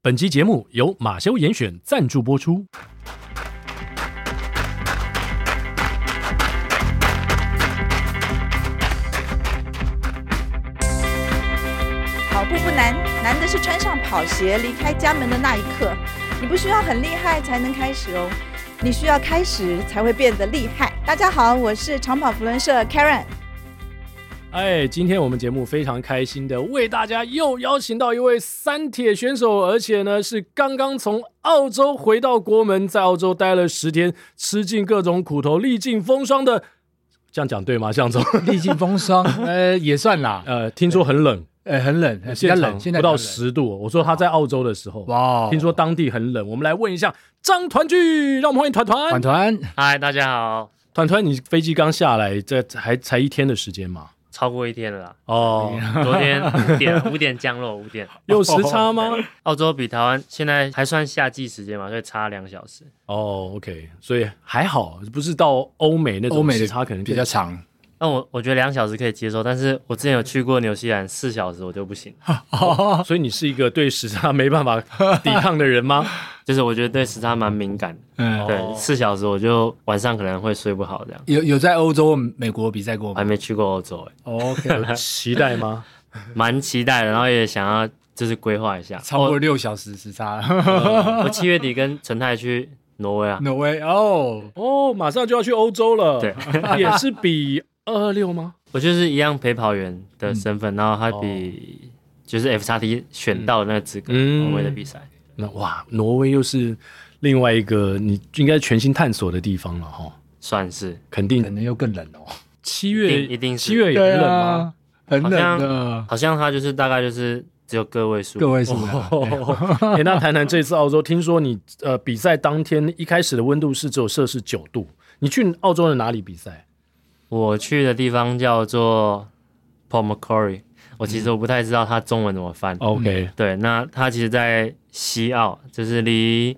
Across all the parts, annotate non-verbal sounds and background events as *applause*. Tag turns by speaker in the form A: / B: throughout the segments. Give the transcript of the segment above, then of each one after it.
A: 本期节目由马修严选赞助播出。
B: 跑步不难，难的是穿上跑鞋离开家门的那一刻。你不需要很厉害才能开始哦，你需要开始才会变得厉害。大家好，我是长跑福伦社 Karen。
A: 哎，今天我们节目非常开心的为大家又邀请到一位三铁选手，而且呢是刚刚从澳洲回到国门，在澳洲待了十天，吃尽各种苦头，历尽风霜的，这样讲对吗？向总， *laughs*
C: 历尽风 *laughs* 霜，呃，也算啦，
A: 呃，听说很冷，
C: 呃，很冷，呃比较
A: 现场
C: 冷，现在
A: 不到
C: 比较冷，
A: 十度。我说他在澳洲的时候，
C: 哇哦，
A: 听说当地很冷。我们来问一下张团聚，让我们欢迎团团
C: 团。团
D: 嗨，大家好，
A: 团团，你飞机刚下来，这还才一天的时间嘛？
D: 超过一天了啦，
A: 哦，
D: 昨天五点五点降落，五点。
A: *laughs* 有时差吗？
D: 澳洲比台湾现在还算夏季时间嘛，所以差两小时。
A: 哦，OK，所以还好，不是到欧美那
C: 欧
A: 种
C: 美
A: 时
C: 的
A: 差可能
C: 比较长，
D: 那我我觉得两小时可以接受，但是我之前有去过纽西兰，四小时我就不行，
A: 哦，所以你是一个对时差没办法 *laughs* 抵抗的人 *laughs* 吗？
D: 就是我觉得对时差蛮敏感的。
C: 嗯，
D: 对，四小时我就晚上可能会睡不好这样。
C: 有有在欧洲、美国比赛过
D: 我还
C: 吗
D: 没去过欧洲、欸，
A: 哦
C: ？OK，
A: 期待吗？
D: 蛮期待的，然后也想要就是规划一下。
C: 超过六小时时 *laughs* 差了，
D: 我七月底跟陈泰去挪威啊，
C: 挪威哦，
A: *laughs* 哦，马上就要去欧洲了，
D: 对，
A: *laughs* 也是比二二六吗？
D: 我就是一样陪跑员的身份，然后他比、就是 F 叉 T 选到的那个资格，
A: 嗯
D: 挪威的比赛。
A: 那哇，挪威又是另外一个你应该全新探索的地方了哈，
D: 算是
A: 肯
C: 可
A: 定
C: 能又更冷哦，
A: 七月
D: 一定一定是
A: 七月也很冷吗？，
C: 啊很冷
D: 好
C: 的，
D: 好像他就是大概就是只有个位数，
C: 各位是
A: *laughs* 哦，欸那谈谈这次澳洲，听说你呃比赛当天一开始的温度是只有摄氏九度，你去澳洲的哪里比赛？
D: 我去的地方叫做 p o m c o r y 我其实我不太知道它中文怎么翻。
A: OK，
D: 对，那它其实，在西澳，就是离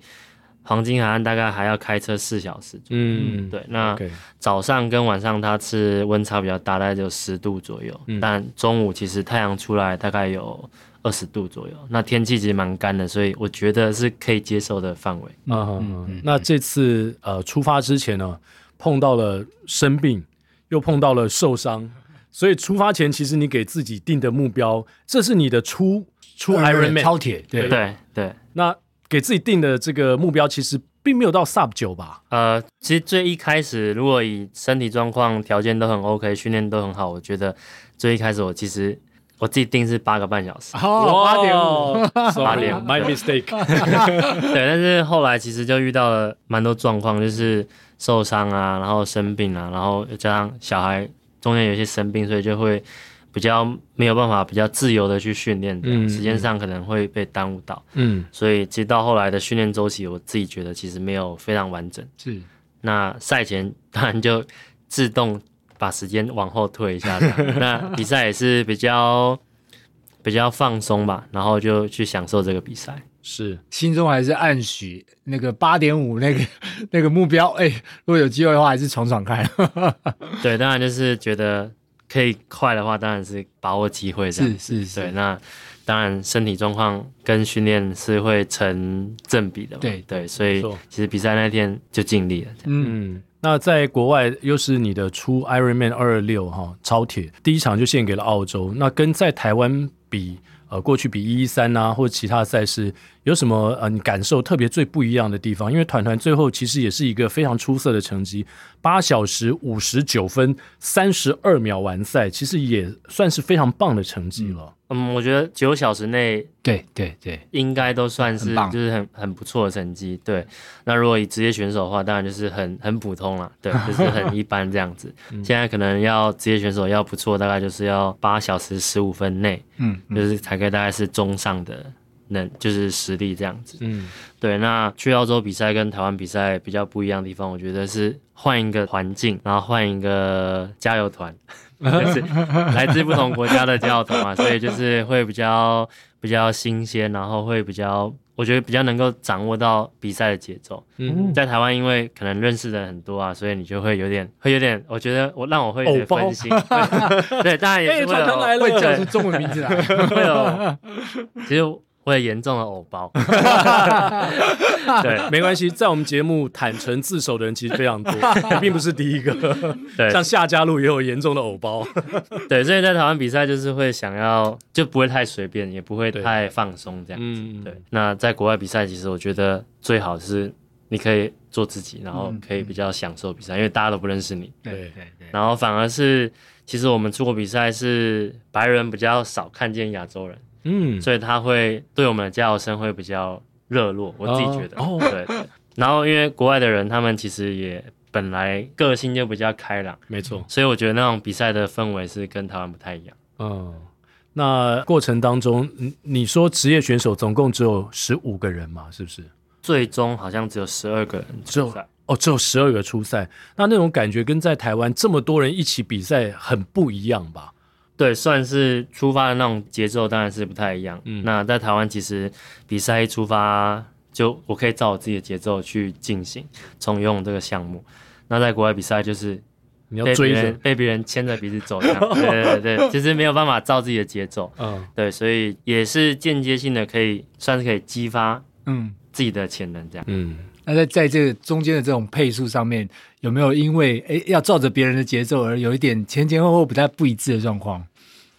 D: 黄金海岸大概还要开车四小时。
A: 嗯，
D: 对，那
A: ，OK，
D: 早上跟晚上它是温差比较大，大概只有十度左右，
A: 嗯
D: 但中午其实太阳出来大概有二十度左右，那天气其实蛮干的，所以我觉得是可以接受的范围。
A: 啊、那这次呃出发之前呢，碰到了生病，又碰到了受伤，所以出发前其实你给自己定的目标，这是你的初
C: *laughs*
A: 初 Iron Man，
C: 呃超铁，对，
D: 对对，
A: 那给自己定的这个目标其实并没有到 Sub 九吧？
D: 呃，其实最一开始，如果以身体状况条件都很 OK，训练都很好，我觉得最一开始我其实我自己定是八个半小时，
C: 哦，八点五，
A: 八
D: 点五
A: ，My mistake，
D: *laughs* 对，但是后来其实就遇到了蛮多状况，就是受伤啊，然后生病啊，然后又加上小孩中间有一些生病，所以就会比较没有办法比较自由的去训练，
A: 嗯
D: 时间上可能会被耽误到，
A: 嗯，
D: 所以其实到后来的训练周期，我自己觉得其实没有非常完整。
C: 是
D: 那赛前 *laughs* 当然就自动把时间往后退一下这样。那比赛也是比较比较放松吧，然后就去享受这个比赛。
A: 是。
C: 心中还是暗许那个八点五那个 *laughs* 那个目标，哎，如果有机会的话，还是闯闯看，
D: 对，当然就是觉得可以快的话，当然是把握机会这样。
C: 是是
D: 对，
C: 是，
D: 那当然身体状况跟训练是会成正比的嘛。
C: 对
D: 对，所以
A: 没错
D: 其实比赛那天就尽力了。
C: 嗯。
A: 嗯，那在国外又是你的出 Ironman 二六哈超铁，第一场就献给了澳洲。那跟在台湾比，呃，过去比一一三啊，或者其他赛事，有什么呃你感受特别最不一样的地方？因为团团最后其实也是一个非常出色的成绩，八小时五十九分三十二秒完赛，其实也算是非常棒的成绩了。
D: 嗯，我觉得九小时内
C: 对对对，
D: 应该都算是
C: 很棒
D: 就是很很不错的成绩。对，那如果以职业选手的话，当然就是很很普通了，
C: *laughs*
D: 对，就是很一般这样子。
C: 嗯
D: 现在可能要职业选手要不错，大概就是要八小时十五分内，
C: 嗯，嗯
D: 就是才可以大概是中上的能就是实力这样子。
A: 嗯，
D: 对，那去澳洲比赛跟台湾比赛比较不一样的地方，我觉得是换一个环境，然后换一个加油
A: *laughs*
D: 团，就是来自不同国家的加油团嘛，所以就是会比较比较新鲜，然后会比较，我觉得比较能够掌握到比赛的节奏。
A: 嗯
D: 在台湾因为可能认识的人很多啊，所以你就会有点会有点，我觉得我让我会有点
A: 偶包哎
D: 分心。 *laughs* 对，当然也是为了
A: 团团来了
C: *laughs*
D: *laughs*
A: *laughs*
C: 会叫出中文名字来，
D: 会有，其实会严重的偶包。对
A: 没关系，在我们节目坦诚自首的人其实非常
D: *laughs*
A: 多，你并不是第一个。
D: 对，
A: 像夏家路也有严重的偶包，
D: 对，所以在台湾比赛就是会想要就不会太随便，也不会
A: 对
D: 太放松这样。
A: 嗯，
D: 对，那在国外比赛，其实我觉得最好是你可以做自己，然后
C: 嗯
D: 可以比较享受比赛，因为大家都不认识你。
A: 对
C: 对对，
D: 然后反而是，其实我们出国比赛是白人比较少看见亚洲人，
A: 嗯，
D: 所以他会对我们的加油声会比较热络，我自己觉得。
A: 哦
D: 对对。然后因为国外的人，他们其实也本来个性就比较开朗，
A: 没错，
D: 所以我觉得那种比赛的氛围是跟台湾不太一样。
A: 嗯。那过程当中，你你说职业选手总共只有十五个人嘛，是不是？
D: 最终好像只有十二个人
A: 只有
D: 出赛
A: 哦，只有十二个初赛，那那种感觉跟在台湾这么多人一起比赛很不一样吧？
D: 对，算是出发的那种节奏当然是不太一样。
A: 嗯
D: 那在台湾其实比赛一出发，就我可以照我自己的节奏去进行重用这个项目。那在国外比赛就是
A: 你要
D: 被别
A: 追
D: 人
A: 人，
D: 被别人牵着鼻子走，这样对对对，其实没有办法照自己的节奏，
A: 嗯，
D: 对，所以也是间接性的可以算是可以激发
C: 嗯。
D: 自己的潜能这样。
A: 嗯，
C: 那在在这个中间的这种配速上面，有没有因为诶要照着别人的节奏而有一点前前后后不太不一致的状况？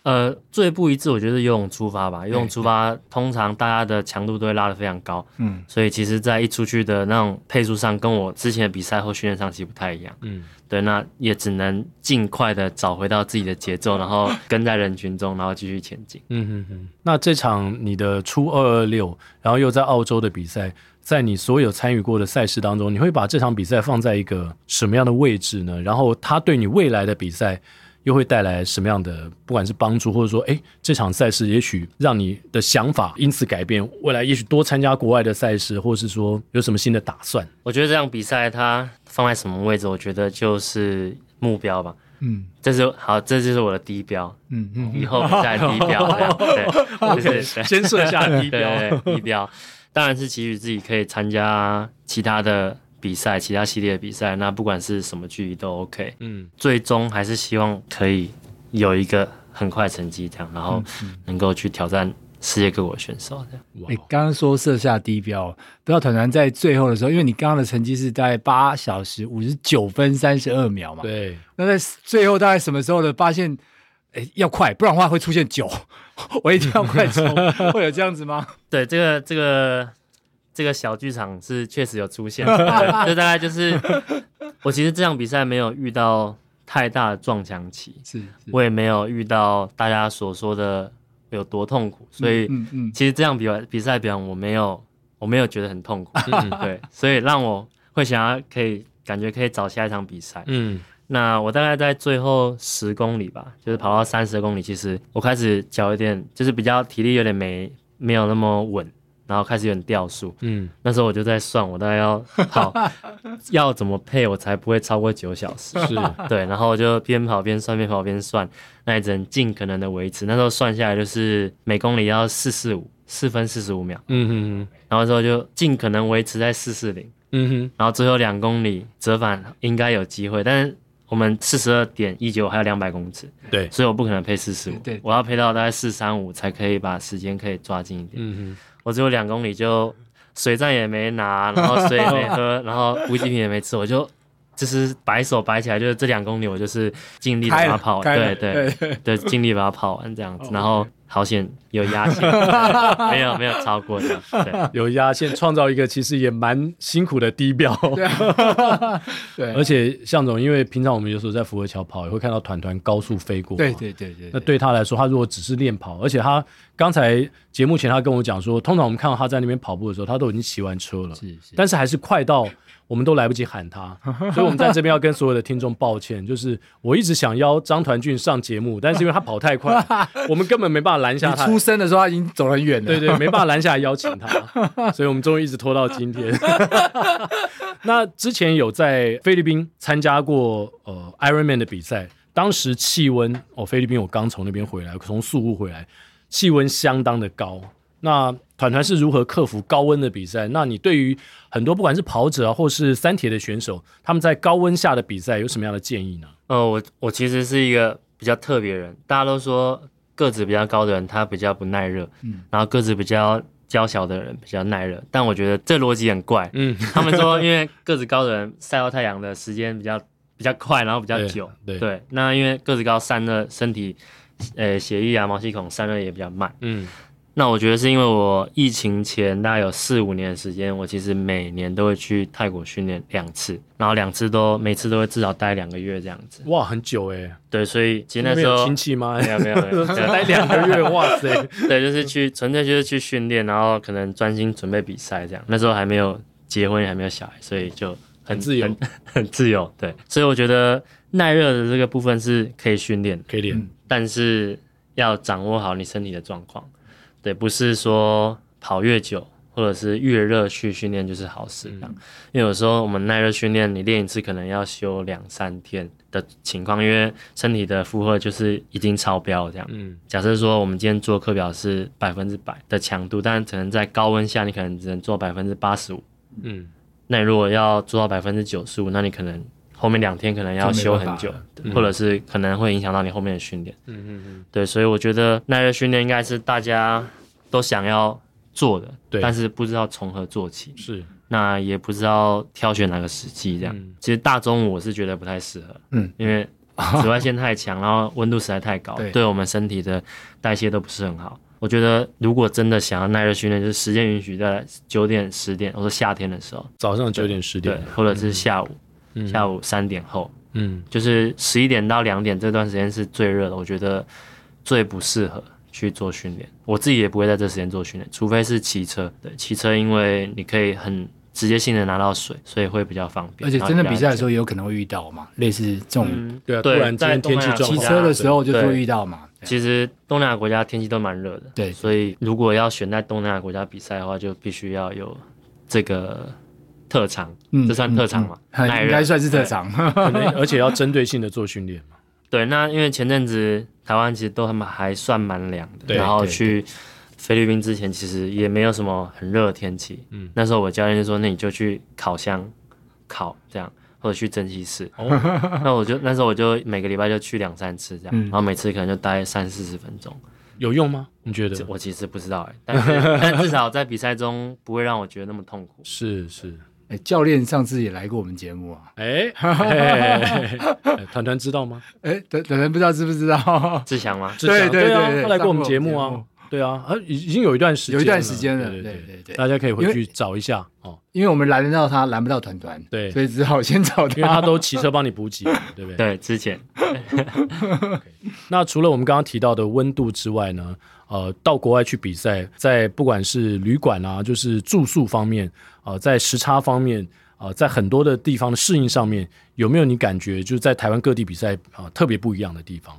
D: 呃，最不一致我觉得是游泳出发吧，游泳出发通常大家的强度都会拉得非常高，
C: 嗯，
D: 所以其实，在一出去的那种配速上，跟我之前的比赛或训练上其实不太一样。
A: 嗯，
D: 对，那也只能尽快的找回到自己的节奏，然后跟在人群中，然后继续前进。
A: 嗯哼哼，那这场你的初二二六，然后又在澳洲的比赛，在你所有参与过的赛事当中，你会把这场比赛放在一个什么样的位置呢？然后它对你未来的比赛又会带来什么样的，不管是帮助，或者说，哎，这场赛事也许让你的想法因此改变，未来也许多参加国外的赛事，或是说有什么新的打算？
D: 我觉得这场比赛它放在什么位置，我觉得就是目标吧。
C: 嗯
D: 这是好，这就是我的低标，
C: 嗯嗯，
D: 以后比赛的低标。这样对，就是对
A: 先设下目标。
D: 对对，地标，当然是期许自己可以参加其他的比赛，其他系列的比赛，那不管是什么距离都 OK。
A: 嗯
D: 最终还是希望可以有一个很快的成绩，这样，然后能够去挑战世界各国的选手，这样。
A: 哇
C: 你刚刚说设下低标，不知道团团在最后的时候，因为你刚刚的成绩是大概八小时五十九分三十二秒嘛，
A: 对，
C: 那在最后大概什么时候的发现，哎，要快，不然的话会出现九， *laughs* 我一定要快冲，会有这样子吗？
D: 对，这个这个这个小剧场是确实有出
C: *laughs*
D: 现的，对这大概就是我其实这场比赛没有遇到太大的撞墙期，
C: 是，是
D: 我也没有遇到大家所说的有多痛苦，所以。
C: 嗯嗯，
D: 其实这样比完比赛比完，我没有我没有觉得很痛苦，对，所以让我会想要可以感觉可以找下一场比赛。
A: 嗯
D: 那我大概在最后十公里吧，就是跑到三十公里，其实我开始脚有点就是比较体力有点没没有那么稳，然后开始有点掉速。
A: 嗯，
D: 那时候我就在算，我大概要跑 *laughs* 要怎么配，我才不会超过九
A: *laughs*
D: 小时。
A: 是，
D: 对，然后我就边跑边算，边跑边算，那也只能尽可能的维持。那时候算下来就是每公里要四四五，四分四十五秒，
A: 嗯哼哼，
D: 然后之后就尽可能维持在四四零，
A: 嗯哼。
D: 然后最后两公里折返应该有机会，但是我们四十二点一九还有两百公尺，
A: 对
D: 所以我不可能配四十五
C: 对，
D: 我要配到大概四三五才可以把时间可以抓近一点。
A: 嗯
D: 我只有两公里就水站也没拿，然后水也没
C: *laughs*
D: 喝，然后补给品也没吃，我就就是摆手摆起来，就是这两公里我就是尽力的把它跑，
C: 开
D: 对
C: 了哦
D: 对
C: 对， *laughs*
D: 对，尽力把它跑完这样子，然后好险有压线， *laughs* 没有没有超过这样，对
A: 哼，有压线创造一个其实也蛮辛苦的低标，
C: 啊 *laughs* 对，
A: 而且向总，因为平常我们有时候在福和桥跑，也会看到团团高速飞过，
C: 对对对啊对，
A: 那对他来说，他如果只是练跑，而且他刚才节目前他跟我讲说，通常我们看到他在那边跑步的时候，他都已经骑完车了，
C: 是是，
A: 但是还是快到我们都来不及喊
C: *laughs*
A: 他，所以我们在这边要跟所有的听众抱歉，就是我一直想邀张团俊上节目，但是因为他跑太快，
C: *laughs*
A: 我们根本没办法拦下
C: 你
A: 他。
C: 出生的时候他已经走得很远了，
A: 对对，没办法拦下来邀请他，所以我们终于一直拖到今天。 *laughs* 那之前有在菲律宾参加过呃 Ironman 的比赛，当时气温哦，菲律宾我刚从那边回来，从宿务回来，气温相当的高。那团团是如何克服高温的比赛？那你对于很多不管是跑者啊，或是三铁的选手，他们在高温下的比赛有什么样的建议呢？
D: 呃，我我其实是一个比较特别的人，大家都说个子比较高的人他比较不耐热，
C: 嗯
D: 然后个子比较娇小的人比较耐热，但我觉得这逻辑
A: *laughs*
D: 很怪。
A: 嗯，
D: 他们说，因为个子高的人晒到太阳的时间比较比较快，然后比较
A: 对
D: 久。
A: 对
D: 对，那因为个子高散热，身体呃血液啊、毛细孔散热也比较慢。
A: 嗯
D: 那我觉得是因为我疫情前大概有四五年的时间，我其实每年都会去泰国训练两次，然后两次都每次都会至少待两个月这样子。
A: 哇，很久哎，
D: 对，所以其实
A: 那
D: 那
A: 边
D: 时
A: 有
D: 候哎
A: 亲戚吗？ *laughs*
D: 没有没有没有，
A: 待两个月，哇塞！
D: 对，就是去纯粹就是去训练，然后可能专心准备比赛这样。那时候还没有结婚，也还没有小孩，所以就
A: 很自由
D: 很 *laughs* 很自由。对，所以我觉得耐热的这个部分是可以训练的，
A: 可以
C: 嗯
A: 练，
D: 但是要掌握好你身体的状况。对，不是说跑越久或者是越热去训练就是好事这样。因为有时候我们耐热训练，你练一次可能要休两三天的情况，因为身体的负荷就是已经超标了这样。
A: 嗯，
D: 假设说我们今天做课表是百分之百的强度，但可能在高温下，你可能只能做百分之八十五。
A: 嗯，
D: 那你如果要做到百分之九十五，那你可能后面两天可能要休很
C: 就没
D: 久
C: 办，
A: 嗯
D: 或者是可能会影响到你后面的训练。
A: 嗯嗯嗯，
D: 对，所以我觉得耐热训练应该是大家都想要做的，
A: 对
D: 但是不知道从何做起，
A: 是，
D: 那也不知道挑选哪个时机这样。
A: 嗯
D: 其实大中午我是觉得不太适合，
C: 嗯，
D: 因为紫外线太强，然后温度实在太高，
C: 对
D: 对我们身体的代谢都不是很好。我觉得如果真的想要耐热训练，就是时间允许在九点、十点，我说夏天的时候，
A: 早上九点十
D: 对
A: 点，，
D: 或者是下午，
A: 嗯
D: 下午三点后，
A: 嗯
D: 就是十一点到两点这段时间是最热的，我觉得最不适合去做训练。我自己也不会在这时间做训练，除非是骑车。对，骑车因为你可以很直接性的拿到水，所以会比较方便。
C: 而且真的比赛的时
D: 候，
C: 候也有可能会遇到嘛，类似这种
D: 嗯，
A: 对啊，突然今
D: 在
A: 天天气
D: 东南亚
A: 状
C: 骑
A: 况，
C: 车的时候就
D: 对
C: 会遇到嘛。
D: 其实东南亚国家天气都蛮热的，
C: 对
D: 所以如果要选在东南亚国家比赛的话，就必须要有这个特长，
C: 嗯
D: 这算特长嘛？
C: 嗯嗯
D: 耐热
C: *laughs* 应该算是特长。
A: 可能而且要针对性的做训练嘛，
D: 对，那因为前阵子台湾其实都还蛮还算蛮凉的，
A: 对
D: 然后
C: 对
D: 去菲律宾之前其实也没有什么很热的天气。
A: 嗯
D: 那时候我教练就说：“那你就去烤箱烤这样，或者去蒸汽室。
A: 哦
D: 那我就那时候我就每个礼拜就去两三次这样，
C: 嗯
D: 然后每次可能就待三四十分钟。
A: 有用吗？你觉得？
D: 我其实不知道、欸，但是但至少在比赛中不会让我觉得那么痛苦。
A: 是是，
C: *laughs* 哎教练上次也来过我们节目啊，
A: 哎，哎
C: *laughs*
A: 哎团团知道吗？
C: 哎，等等人不知道知不知道？ *laughs*
D: 志强吗？
A: 志祥
C: 对对
A: 啊
C: 对对，
A: 他来过我们
C: 上过
A: 节目
C: 节
A: 啊
C: 目，
A: 对啊，啊，已已经有一段时间了，
C: 有一段时间了
A: 对
C: 对对对
A: 大家可以
C: 因
A: 回
C: 为
A: 去找一下哦，
C: 因为我们拦得到他，拦不到团团，
A: 对
C: 所以只好先找
A: 因为他
C: 他。
A: 都骑车帮你补给，
C: *laughs*
A: 对不对？
D: 对，之前
A: 那除了我们刚刚提到的温度之外呢，呃，到国外去比赛，在不管是旅馆啊，就是住宿方面，呃，在时差方面，呃，在很多的地方的适应上面，有没有你感觉就是在台湾各地比赛啊、呃特别不一样的地方？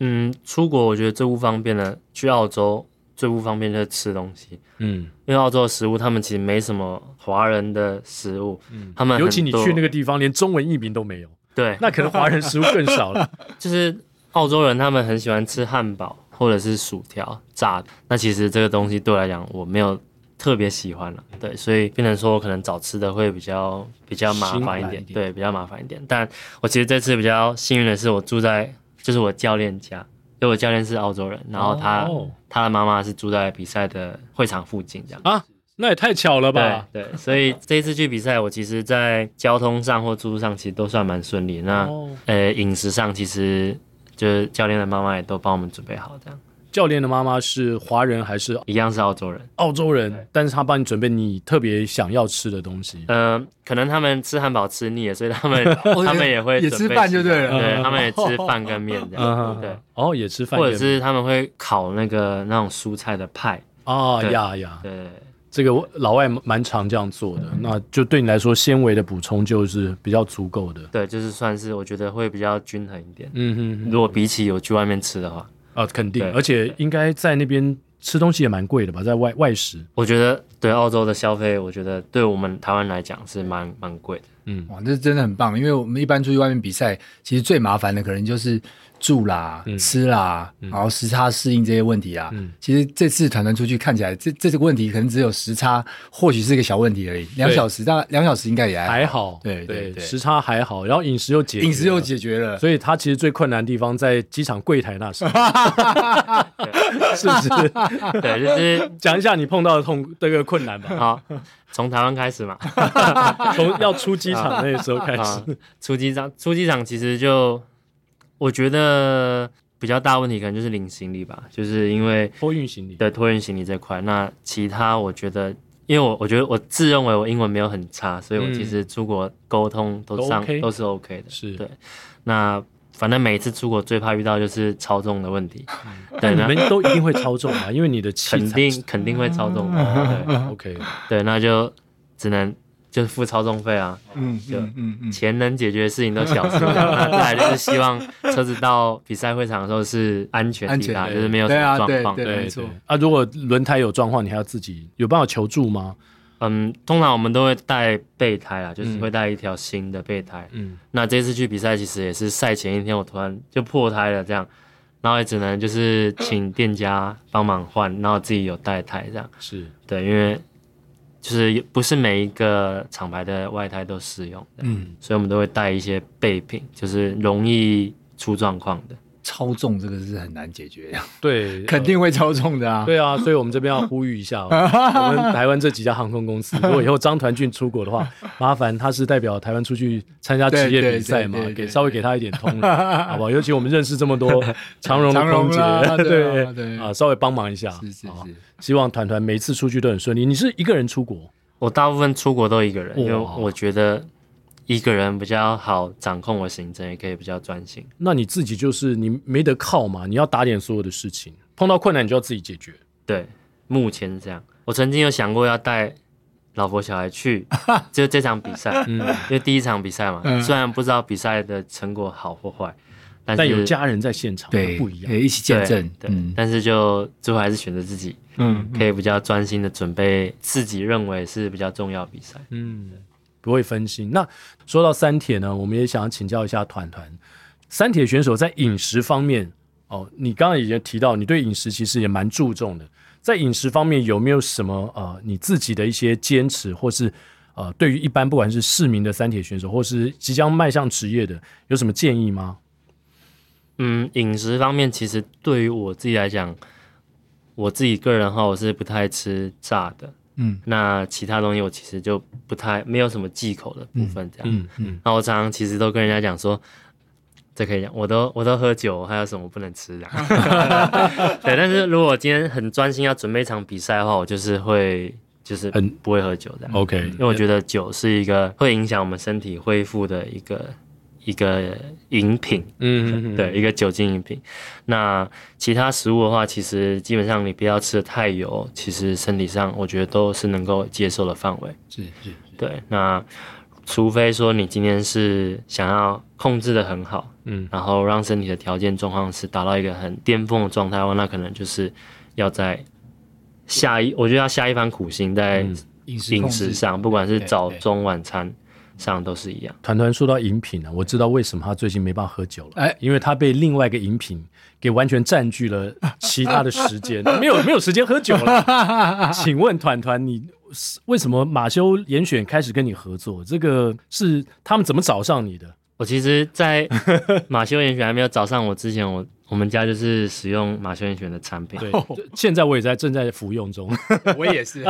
D: 嗯，出国我觉得最不方便的，去澳洲最不方便就是吃东西。
A: 嗯，
D: 因为澳洲的食物，他们其实没什么华人的食物，他们
A: 嗯尤其你去那
D: 个
A: 个地方，连中文译名都没
D: *laughs*
A: 有，
D: 对，
A: 那可能华人食物更少了。
D: 就是澳洲人他们很喜欢吃汉堡或者是薯条炸的，那其实这个东西对我来讲我没有特别喜欢了，对，所以变成说我可能找吃的会比较比较麻烦
C: 辛
D: 一
C: 苦一
D: 点，
C: 点
D: 对，比较麻烦一点。但我其实这次比较幸运的是，我住在就是我教练家，因为我教练是澳洲人， *laughs* 然后他、
A: 哦
D: 他的妈妈是住在比赛的会场附近这样。
A: 啊，那也太巧了吧？
D: 对对，所以这一次去比赛，我其实，在交通上或住宿上其实都算蛮顺利。那、
A: 哦，
D: 呃，饮食上其实就是教练的妈妈也都帮我们准备好，这样
A: 教练的妈妈是华人还是
D: 一样是澳洲人。
A: 澳洲人？但是他帮你准备你特别想要吃的东西。
D: 呃，可能他们吃汉堡吃腻了，所以
C: *laughs*
D: 他们他们也会
C: 哦也
D: 准
C: 吃
D: 备
C: 饭
D: 其
C: 就
D: 他
C: 对了哦嗯
D: 对他们也吃饭跟面
C: *laughs*
D: 这样，对，，
A: 哦，也吃饭
D: 或
A: 店吗，
D: 者是他们会烤那个那种蔬菜的派，
A: 啊
D: 对
A: 呀呀，
D: 对，
A: 这个我老外蛮常这样做的，那就对你来说纤维的补充就是比较足够的。
D: 对，就是算是我觉得会比较均衡一点。
A: 嗯哼哼，
D: 如果比起有去外面吃的话，
A: 啊，肯定
D: 对，
A: 而且应该在那边吃东西也蛮贵的吧，在外外食，
D: 我觉得对澳洲的消费，我觉得对我们台湾来讲是蛮 *laughs* 蛮贵的。
A: 嗯，
C: 哇，这真的很棒，因为我们一般出去外面比赛，其实最麻烦的可能就是住啦、
A: 嗯
C: 吃啦，然后时差适应这些问题啦。
A: 嗯
C: 其实这次团团出去看起来，这这个问题可能只有时差，或许是个小问题而已。两小时，大概两小时应该也还
A: 还
C: 好，
A: 好，
C: 对对对
A: 时差还好，然后饮食又解，
C: 饮食又，解决了。
A: 所以他其实最困难的地方在机场柜台那时候，是不是？
D: 对，就是
A: 讲一下你碰到的痛这个困难
D: *laughs*
A: 吧，
D: 好，从台湾开始嘛，
A: *laughs* 从要出机场那时候开
D: 啊
A: 始，，
D: 出机场，出机场其实就我觉得比较大问题可能就是领行李吧，就是因为
A: 托运行李，
D: 对托运行李这块。那其他我觉得，因为我我觉得我自认为我英文没有很差，所以我
A: 嗯
D: 其实出国沟通都
A: 都
D: 上、
A: OK
D: 都是 OK 的。
A: 是
D: 对那反正每一次出国最怕遇到就是超重的
A: *laughs*
D: 问题，对，
A: 但你
D: 那
A: 们都一定会超重嘛，因为你的器材
D: 肯定肯定会超重的，
A: *laughs*
D: 对
A: OK，
D: 对，那就只能就是付超重费啊。
C: 嗯
D: 就
C: 嗯嗯嗯，
D: 钱能解决的事情都小事，那再来就是希望车子到比赛会场的时候是安全抵达，
A: 安全
D: 就是没有什么状况。
C: 对
A: 对
C: 没错
A: 对啊，如果轮胎有状况，你还要自己有办法求助吗？
D: 嗯，通常我们都会带备胎啦，就是
A: 嗯
D: 会带一条新的备胎。
A: 嗯，
D: 那这次去比赛其实也是赛前一天，我突然就破胎了，这样，然后也只能就是请店家帮忙换，然后自己有带胎这样。
A: 是
D: 对，因为就是不是每一个厂牌的外胎都适用，
C: 嗯，
D: 所以我们都会带一些备品，就是容易出状况的。
C: 超重这个是很难解决的，
A: 对，
C: *laughs* 肯定会超重的啊。
A: 对啊，所以我们这边要呼吁一下哦、
C: *laughs*
A: 我们台湾这几家航空公司，如果以后张团俊出国的话，麻烦他是代表台湾出去参加职业比赛嘛
C: 对对对，对
A: 给稍微给他一点通融，好不好？尤其我们认识这么
C: *laughs*
A: 多长荣的空姐
C: 长荣啦，对啊
A: 对
C: 对
A: 啊，稍微帮忙一下，
C: 是是
A: 好
C: 是，
A: 希望团团每次出去都很顺利。你是一个人出国，
D: 我大部分出国都一个人，
A: 哇
D: 因为我觉得一个人比较好掌控我行程，也可以比较专心。
A: 那你自己就是你没得靠嘛，你要打点所有的事情，碰到困难你就要自己解决。
D: 对，目前是这样。我曾经有想过要带老婆小
A: *laughs*
D: 孩去，就这场比赛，
A: 嗯
D: 因为第一场比赛嘛，
C: 嗯
D: 虽然不知道比赛的成果好或坏，但是
A: 但有家人在现场，
C: 对，
A: 不一样。
C: 对一起见证，
D: 对，但是就最后还是选择自己，
C: 嗯
D: 可以比较专心的准备自己认为是比较重要的比赛。
A: 嗯，不会分心。那说到三铁呢，我们也想请教一下团团，三铁选手在饮食方面，哦，你刚刚已经提到，你对饮食其实也蛮注重的，在饮食方面有没有什么呃你自己的一些坚持，或是呃对于一般不管是市民的三铁选手，或是即将迈向职业的，有什么建议吗？
D: 嗯，饮食方面，其实对于我自己来讲，我自己个人的话，我是不太吃炸的。
C: 嗯
D: 那其他东西我其实就不太没有什么忌口的部分，这样。
A: 嗯嗯，
D: 那我常常其实都跟人家讲说，这可以讲，我都我都喝酒，还有什么不能
C: *laughs*
D: 吃的？ *laughs* 对，但是如果我今天很专心要准备一场比赛的话，我就是会就是
A: 很
D: 不会喝酒这样。
A: 嗯 OK，
D: 因为我觉得酒是一个会影响我们身体恢复的一个一个饮品，
A: 嗯
D: 对，，一个酒精饮品。那其他食物的话，其实基本上你不要吃的太油，其实身体上我觉得都是能够接受的范围。
C: 是是
D: 对，那除非说你今天是想要控制的很好，
A: 嗯
D: 然后让身体的条件状况是达到一个很巅峰的状态的话，那可能就是要在下一，我觉得要下一番苦心在
A: 嗯
C: 饮食
D: 饮
C: 控
D: 食
C: 制
D: 上，不管是
C: 对
D: 早
C: 对
D: 中晚餐上都是一样。
A: 团团说到饮品啊，我知道为什么他最近没办法喝酒了，
C: 哎
A: 因为他被另外一个饮品给完全占据了其他的时间， *laughs* 没有没有时间喝酒 *laughs* 了。请问团团，你是为什么马修严选开始跟你合作？这个是他们怎么找上你的？
D: 我其实，在
C: *laughs*
D: 马修严选还没有找上我之前，我我们家就是使用马修严选的产
A: *laughs*
D: 品。
A: 对，现在我也在正在服用 *laughs* 中。
C: *laughs* 我也是，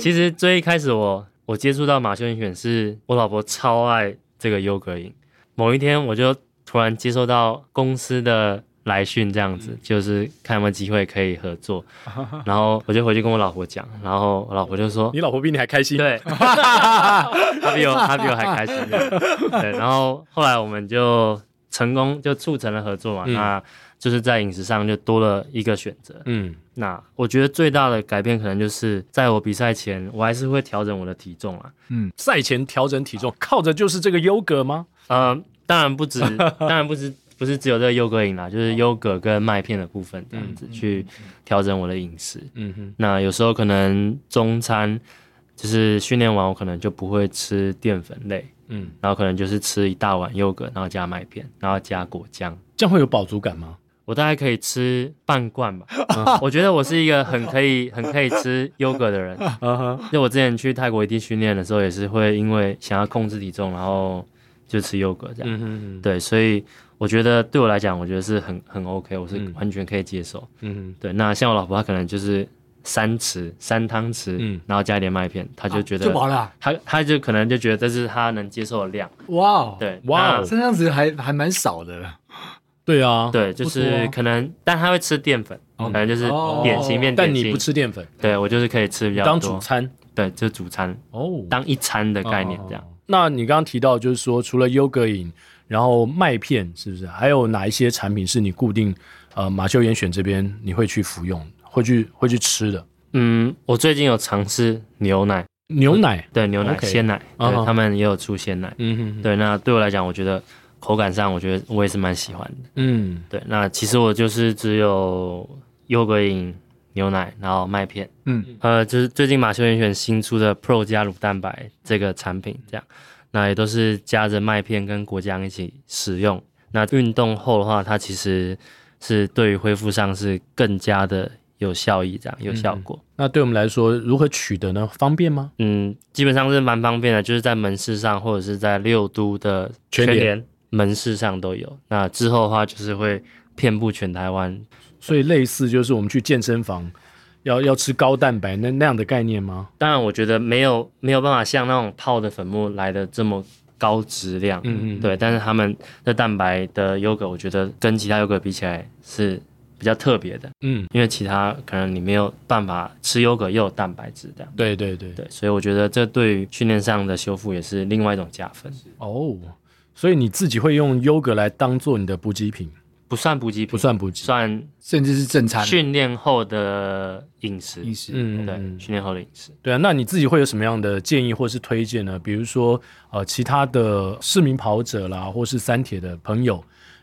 D: 其实最一开始我我接触到马修严选是我老婆超爱这个优格饮。某一天我就突然接收到公司的来讯，这样
C: 嗯
D: 子就是看有没有机会可以
C: *laughs*
D: 合作，然后我就回去跟我老婆讲，然后我老婆就说
A: 你老婆比你还开心。
D: 对， *laughs* 他比我他比我还开心。对，然后后来我们就成功就促成了合作嘛，
A: 嗯
D: 那就是在饮食上就多了一个选择。
A: 嗯，
D: 那我觉得最大的改变可能就是在我比赛前，我还是会调整我的体重啊。
A: 赛前调整体重，靠着就是这个优格吗？
D: 呃，当然不止，当然不止，不是只有这个优格饮啦，就是优格跟麦片的部分这样子去调整我的饮食。
A: 嗯哼，
D: 那有时候可能中餐就是训练完，我可能就不会吃淀粉类，
A: 嗯，
D: 然后可能就是吃一大碗优格，然后加麦片，然后加果酱。
A: 这样会有饱足感吗？
D: 我大概可以吃半罐
A: *laughs*
D: 吧，我觉得我是一个很可以、很可以吃优格的人。
A: 啊哈，
D: 就我之前去泰国一地训练的时候，也是会因为想要控制体重，然后就吃优格这样。
A: 嗯哼，
D: 对，所以我觉得对我来讲，我觉得是很很 OK，我是
A: 嗯
D: 完全可以接受。
A: 嗯
D: 对，那像我老婆，她可能就是三匙三汤匙，
A: 嗯
D: 然后加一点麦片，她就觉得、
C: 就饱了啊、
D: 她她就可能就觉得这是她能接受的量。
C: 哇哦，，
D: 对，
A: 哇哦
D: 那
C: 这样子还还蛮少的。
A: 哼，对啊，
D: 对，就
A: 不多
D: 是
A: 啊
D: 可能，但她会吃淀粉，
A: 哦
D: 可能就是
C: 哦
D: 点心面
A: 但
D: 点
A: 你
D: 心
A: 不。吃淀粉，
D: 对我就是可以吃比较
A: 当主
D: 多，
A: 餐
D: 对，就主餐
A: 哦，
D: 当一餐的概念这样。
A: 哦。那你刚刚提到，就是说除了优格饮，然后麦片是不是还有哪一些产品是你固定呃马修严选这边你会去服用、会去会去吃的？
D: 嗯，我最近有尝试牛奶，
A: 牛奶，
D: 对牛奶
A: OK
D: 鲜奶，
A: 啊
D: 对
A: 哈
D: 他们也有出鲜奶。
A: 嗯哼，
D: 对，那对我来讲，我觉得口感上，我觉得我也是蛮喜欢的。
A: 嗯
D: 对，那其实我就是只有优格饮、牛奶，然后麦片。
C: 嗯，
D: 呃，就是最近马修严选新出的 Pro 加乳蛋白这个产品，这样，那也都是加着麦片跟果酱一起使用。那运动后的话，它其实是对于恢复上是更加的有效益，这样有效果。
A: 那对我们来说，如何取得呢？方便吗？
D: 嗯，基本上是蛮方便的，就是在门市上或者是在六都的
A: 全联
D: 门市上都有。那之后的话，就是会遍布全台湾。
A: 所以类似就是我们去健身房要要吃高蛋白那那样的概念吗？
D: 当然，我觉得没有没有办法像那种泡的粉末来的这么高质量，
A: 嗯嗯
D: 对。但是他们的蛋白的优格，我觉得跟其他优格比起来是比较特别的，
A: 嗯，
D: 因为其他可能你没有办法吃优格又有蛋白质这样。
A: 对对对，
D: 对，所以我觉得这对于训练上的修复也是另外一种加分，
A: 哦，所以你自己会用优格来当做你的补给品，
D: 不算补给品，
A: 不算补给，
D: 算
C: 甚至是正餐
D: 训练后的饮食，
C: 饮食。
A: 嗯，
D: 对，
A: 嗯
D: 训练后的饮食。
A: 对啊，那你自己会有什么样的建议或是推荐呢？比如说，呃，其他的市民跑者啦，或是三铁的朋友，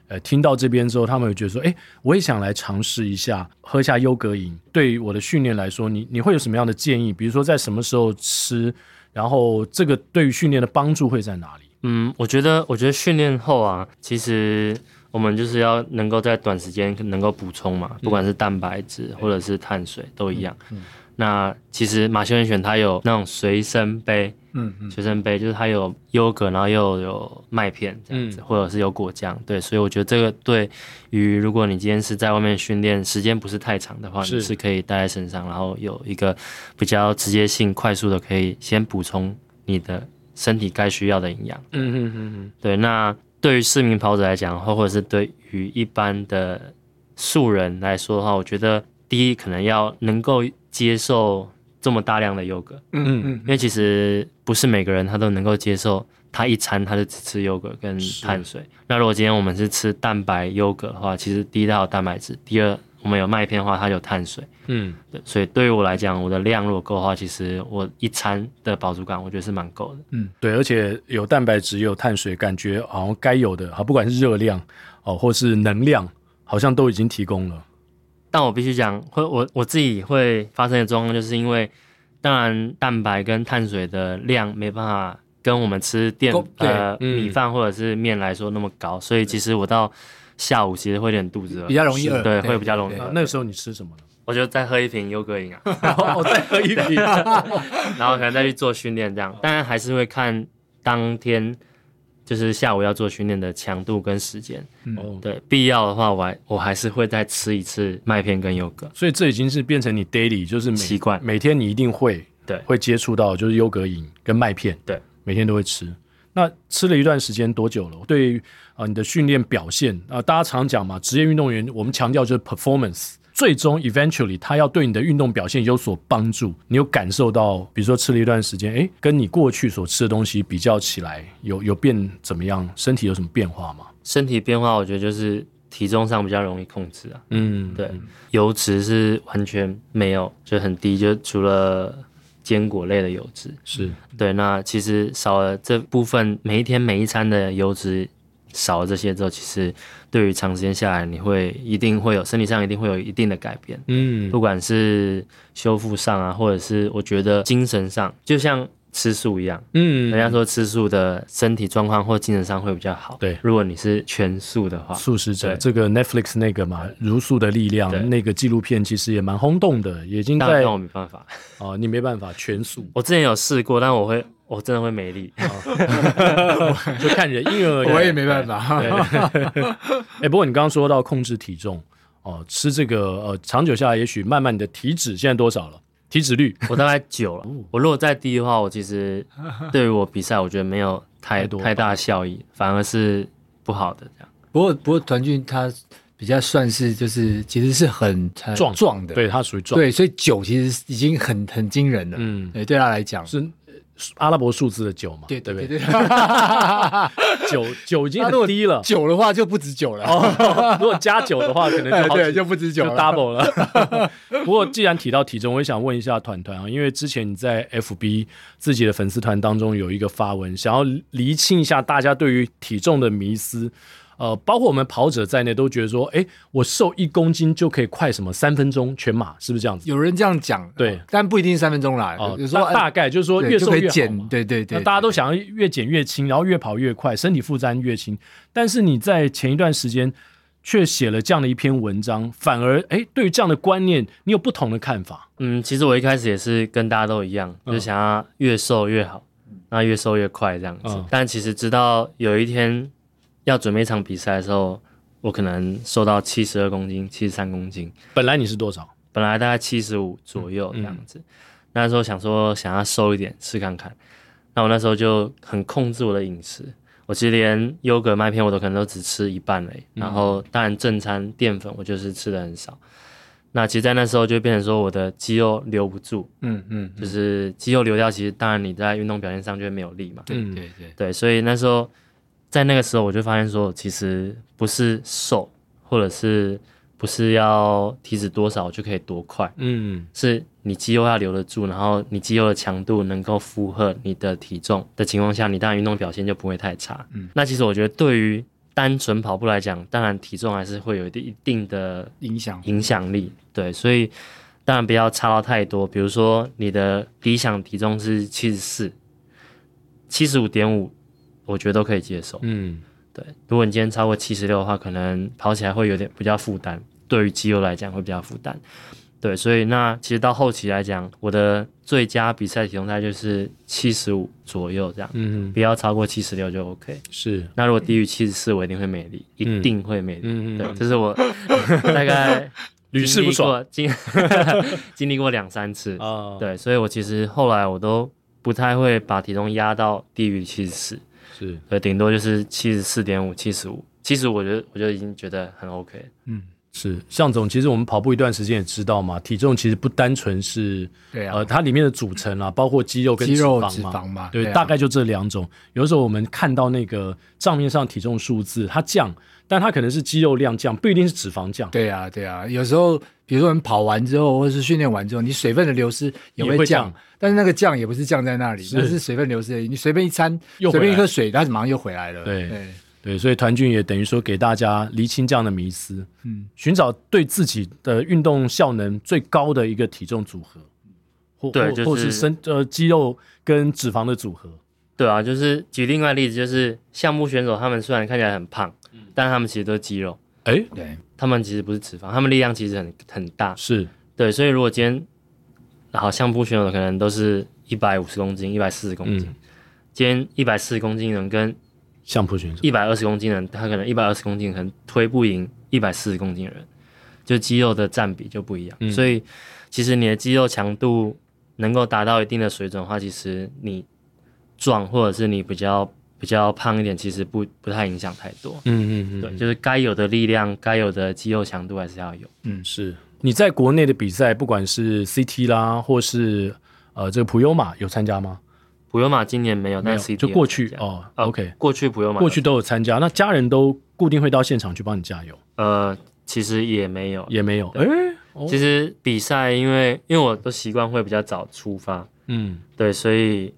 A: 呃，听到这边之后，他们会觉得说，哎，我也想来尝试一下，喝一下优格饮。对于我的训练来说，你你会有什么样的建议？比如说，在什么时候吃，然后这个对于训练的帮助会在哪里？
D: 嗯，我觉得，我觉得训练后啊，其实我们就是要能够在短时间能够补充嘛，不
A: 嗯
D: 管是蛋白质或者是碳水都一样。那其实马修人选它有那种随身杯，
C: 嗯嗯，
D: 随身杯就是它有优格，然后又有麦片这样子，
A: 嗯
D: 或者是有果酱。对，所以我觉得这个对于如果你今天是在外面训练，时间不是太长的话，
A: 是
D: 你是可以带在身上，然后有一个比较直接性、快速的可以先补充你的身体该需要的营养。
A: 嗯嗯嗯
D: 对，那对于市民跑者来讲，或或者是对于一般的素人来说的话，我觉得第一可能要能够接受这么大量的优格，
A: 嗯
C: 嗯
D: 因为其实不是每个人他都能够接受，他一餐他就只吃优格跟
A: 是
D: 碳水。那如果今天我们是吃蛋白优格的话，其实第一它有蛋白质，第二我们有麦片的话，它有碳水。
A: 嗯
D: 对，所以对于我来讲，我的量如果够的话，其实我一餐的饱足感，我觉得是蛮够的。
A: 嗯，对，而且有蛋白质，也有碳水，感觉好像该有的，好，不管是热量哦，或是能量，好像都已经提供了。
D: 但我必须讲，会我我自己会发生的状况，就是因为当然蛋白跟碳水的量没办法跟我们吃淀
C: 够对
D: 呃、
A: 嗯
D: 米饭或者是面来说那么高，所以其实我到下午其实会有点肚子饿，
C: 比较容易饿，
D: 对，会比较容易
C: 对
A: 啊
D: 饿。
A: 那个时候你吃什么呢？
D: 我就再喝一瓶优格
C: *laughs*
D: 饮啊， *laughs*
A: 我再喝一瓶。
D: 然后可能再去做训练这样，当然还是会看当天就是下午要做训练的强度跟时间。
A: 哦，
D: 对，必要的话我还我还是会再吃一次麦片跟优格。
A: 所以这已经是变成你 daily，就是每
D: 习惯
A: 每天你一定会
D: 对
A: 会接触到，就是优格饮跟麦片，
D: 对，
A: 每天都会吃。那吃了一段时间多久了？对啊、呃你的训练表现啊、呃大家常讲嘛，职业运动员我们强调就是 performance，最终 eventually 他要对你的运动表现有所帮助。你有感受到，比如说吃了一段时间，诶，跟你过去所吃的东西比较起来，有有变怎么样？身体有什么变化吗？
D: 身体变化，我觉得就是体重上比较容易控制啊。
A: 嗯，
D: 对，油脂是完全没有，就很低，就除了坚果类的油脂。
A: 是，
D: 对，那其实少了这部分，每一天每一餐的油脂少了这些之后，其实对于长时间下来，你会一定会有身体上一定会有一定的改变。
A: 嗯
D: 不管是修复上啊，或者是我觉得精神上，就像吃素一样。
A: 嗯
D: 人家说吃素的身体状况或精神上会比较好。
A: 对
D: 如果你是全素的话，
A: 素食者
D: 对
A: 这个 Netflix 那个嘛，《如素的力量
D: 对》
A: 那个纪录片其实也蛮轰动的，也已经
D: 那
A: 在
D: 那我
A: 哦、
D: 没办法。
A: 你没办法全素，
D: 我之前有试过，但我会，我真的会
A: *laughs*
D: 没力。
A: 就看人，因为
C: *laughs* 我也没办法。
A: 哎、不过你刚刚说到控制体重哦，吃这个呃，长久下来，也许慢慢你的体脂现在多少了？体脂
C: 哎
A: 率
D: 我大概九了。
A: 哦
D: 我如果再低的话，我其实对于我比赛，我觉得没有太
A: 太多
D: 太大效益，反而是不好的这样。
C: *laughs* 不过不过团聚他比较算是就是其实是很很
A: 壮
C: 壮的，
A: 对，它属于壮，，
C: 对，所以九其实已经很很惊人了。
A: 嗯
C: 对，对他来讲，
A: 是阿拉伯数字的九嘛，
C: 对
A: 对
C: 对
A: 不
C: 对
A: 对？
C: 对，他 *laughs*
A: 九九已经
C: 如
A: 很
C: 果
A: 低了，
C: 九的话就不止九了。
A: 哦， *laughs* 如果加九的话，可能
C: 哎
A: 就好
C: 对，
A: 几
C: 就不止九
A: 就
C: 了。
A: double 了。 *laughs* 不过既然提到体重，我也想问一下团团啊，因为之前你在 FB 自己的粉丝团当中有一个发文，想要厘清一下大家对于体重的迷思。呃，包括我们跑者在内，都觉得说，哎，我瘦一公斤就可以快什么三分钟全马，是不是这样子？
C: 有人这样讲，
A: 对
C: 但不一定三分钟啦。
A: 哦
C: 有，时候
A: 大大概就是说越
C: 就
A: 瘦
C: 可
A: 越
C: 以
A: 好
C: 减
A: 嘛，
C: 对对对，
A: 那大家都想要越减越轻，然后越跑越快，身体负担越轻。但是你在前一段时间却写了这样的一篇文章，反而哎，诶对于这样的观念，你有不同的看法。
D: 嗯，其实我一开始也是跟大家都一样，
A: 嗯
D: 就想要越瘦越好，那越瘦越快这样子。
A: 嗯
D: 但其实直到有一天要准备一场比赛的时候，我可能瘦到七十二公斤、七十三公斤，
A: 本来你是多少？
D: 本来大概七十五左右这样子。那时候想说想要瘦一点试看看，那我那时候就很控制我的饮食，我其实连优格麦片我都可能都只吃一半而已。然后当然正餐淀粉我就是吃的很少。那其实，在那时候就变成说我的肌肉留不住，
C: 嗯嗯，
D: 就是肌肉流掉，其实当然你在运动表现上就会没有力嘛。
C: 对
A: 嗯
C: 对对，
D: 对，所以那时候在那个时候我就发现说，其实不是瘦，或者是不是要体脂多少就可以多快，
A: 嗯
D: 是你肌肉要留得住，然后你肌肉的强度能够负荷你的体重的情况下，你当然运动表现就不会太差。
C: 嗯
D: 那其实我觉得对于单纯跑步来讲，当然体重还是会有一定一定的
C: 影响
D: 影响力。对，所以当然不要差到太多。比如说你的理想体重是七十四、七十五点五，我觉得都可以接受。
A: 嗯，
D: 对，如果你今天超过七十六的话，可能跑起来会有点比较负担，对于肌肉来讲会比较负担。对，所以那其实到后期来讲，我的最佳比赛体重大概就是七十五左右这样，
A: 嗯
D: 不要超过七十六就 OK。
A: 是，
D: 那如果低于七十四，我一定会美丽，一
A: 嗯
D: 定会美丽。
A: 嗯
D: 对，这是我 *laughs* 大概
A: 屡试不爽 *laughs*
D: 经历过，经经历过两三次。
A: 啊，
D: 对，所以我其实后来我都不太会把体重压到低于七十四，
A: 是
D: 对，顶多就是七十四点五、七十五。其实我觉得，我就已经觉得很 OK。
A: 是。向总，其实我们跑步一段时间也知道嘛，体重其实不单纯是
C: 对啊
A: 呃，它里面的组成啊，包括肌肉跟
C: 肌
A: 脂
C: 肉
A: 肪
C: 脂
A: 嘛，
C: 肪嘛
A: 对，
C: 对啊
A: 大概就这两种。有的时候我们看到那个账面上体重数字，它降，但它可能是肌肉量降，不一定是脂肪降。
C: 对啊，对啊，有时候比如说你跑完之后，或者是训练完之后，你水分的流失也
A: 也
C: 会
A: 会
C: 降，
A: 降
C: 但是那个降也不是降在那里，那是水分流失而已。你随便一餐，
A: 又回来
C: 随便一喝水，它马上又回来了。
A: 对对，所以团俊也等于说给大家厘清这样的迷思，
C: 嗯，
A: 寻找对自己的运动效能最高的一个体重组合，或
D: 对
A: 或
D: 就
A: 或是
D: 是
A: 身呃肌肉跟脂肪的组合。
D: 对啊，就是举另外例子，就是项目选手他们虽然看起来很胖，但他们其实都是肌肉，
A: 哎，
C: 对，
D: 他们其实不是脂肪，他们力量其实很很大。
A: 是
D: 对，所以如果今天好相扑选手可能都是一百五十公斤、一百四十公斤，
A: 嗯
D: 今天一百四十公斤人跟
A: 相扑选手，
D: 一百二十公斤人，他可能一百二十公斤可能推不赢一百四十公斤人，就肌肉的占比就不一样。
A: 嗯
D: 所以其实你的肌肉强度能够达到一定的水准的话，其实你壮或者是你比较比较胖一点，其实不不太影响太多。
A: 嗯嗯嗯，
D: 对，就是该有的力量、该有的肌肉强度还是要有。
A: 是你在国内的比赛，不管是 CT 啦，或是呃这个普悠玛有参加吗？
D: 普悠玛今年没有，但
A: 有
D: CT
A: 就过去
D: 有参加
A: 哦
D: 呃
A: ，OK，
D: 过去普悠玛
A: 过去都有参加，那家人都固定会到现场去帮你加油，
D: 呃其实也没有，
A: 也没有，哎，哦
D: 其实比赛因为因为我都习惯会比较早出发，
A: 嗯，
D: 对，所以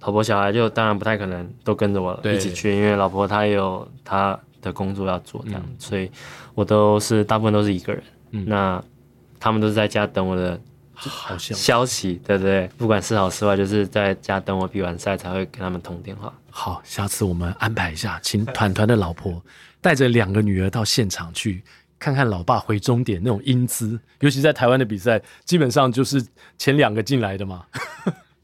D: 老婆小孩就当然不太可能都跟着我
A: 对
D: 一起去，因为老婆她也有她的工作要做，这样，所以我都是大部分都是一个人。那他们都是在家等我的
A: 好像
D: 消息，对不对？不管是好是坏，就是在家等我比完赛才会跟他们通电话。
A: 好，下次我们安排一下，请团团的老婆带着两个女儿到现场去看看老爸回终点那种英姿，尤其在台湾的比赛，基本上就是前两个进来的嘛。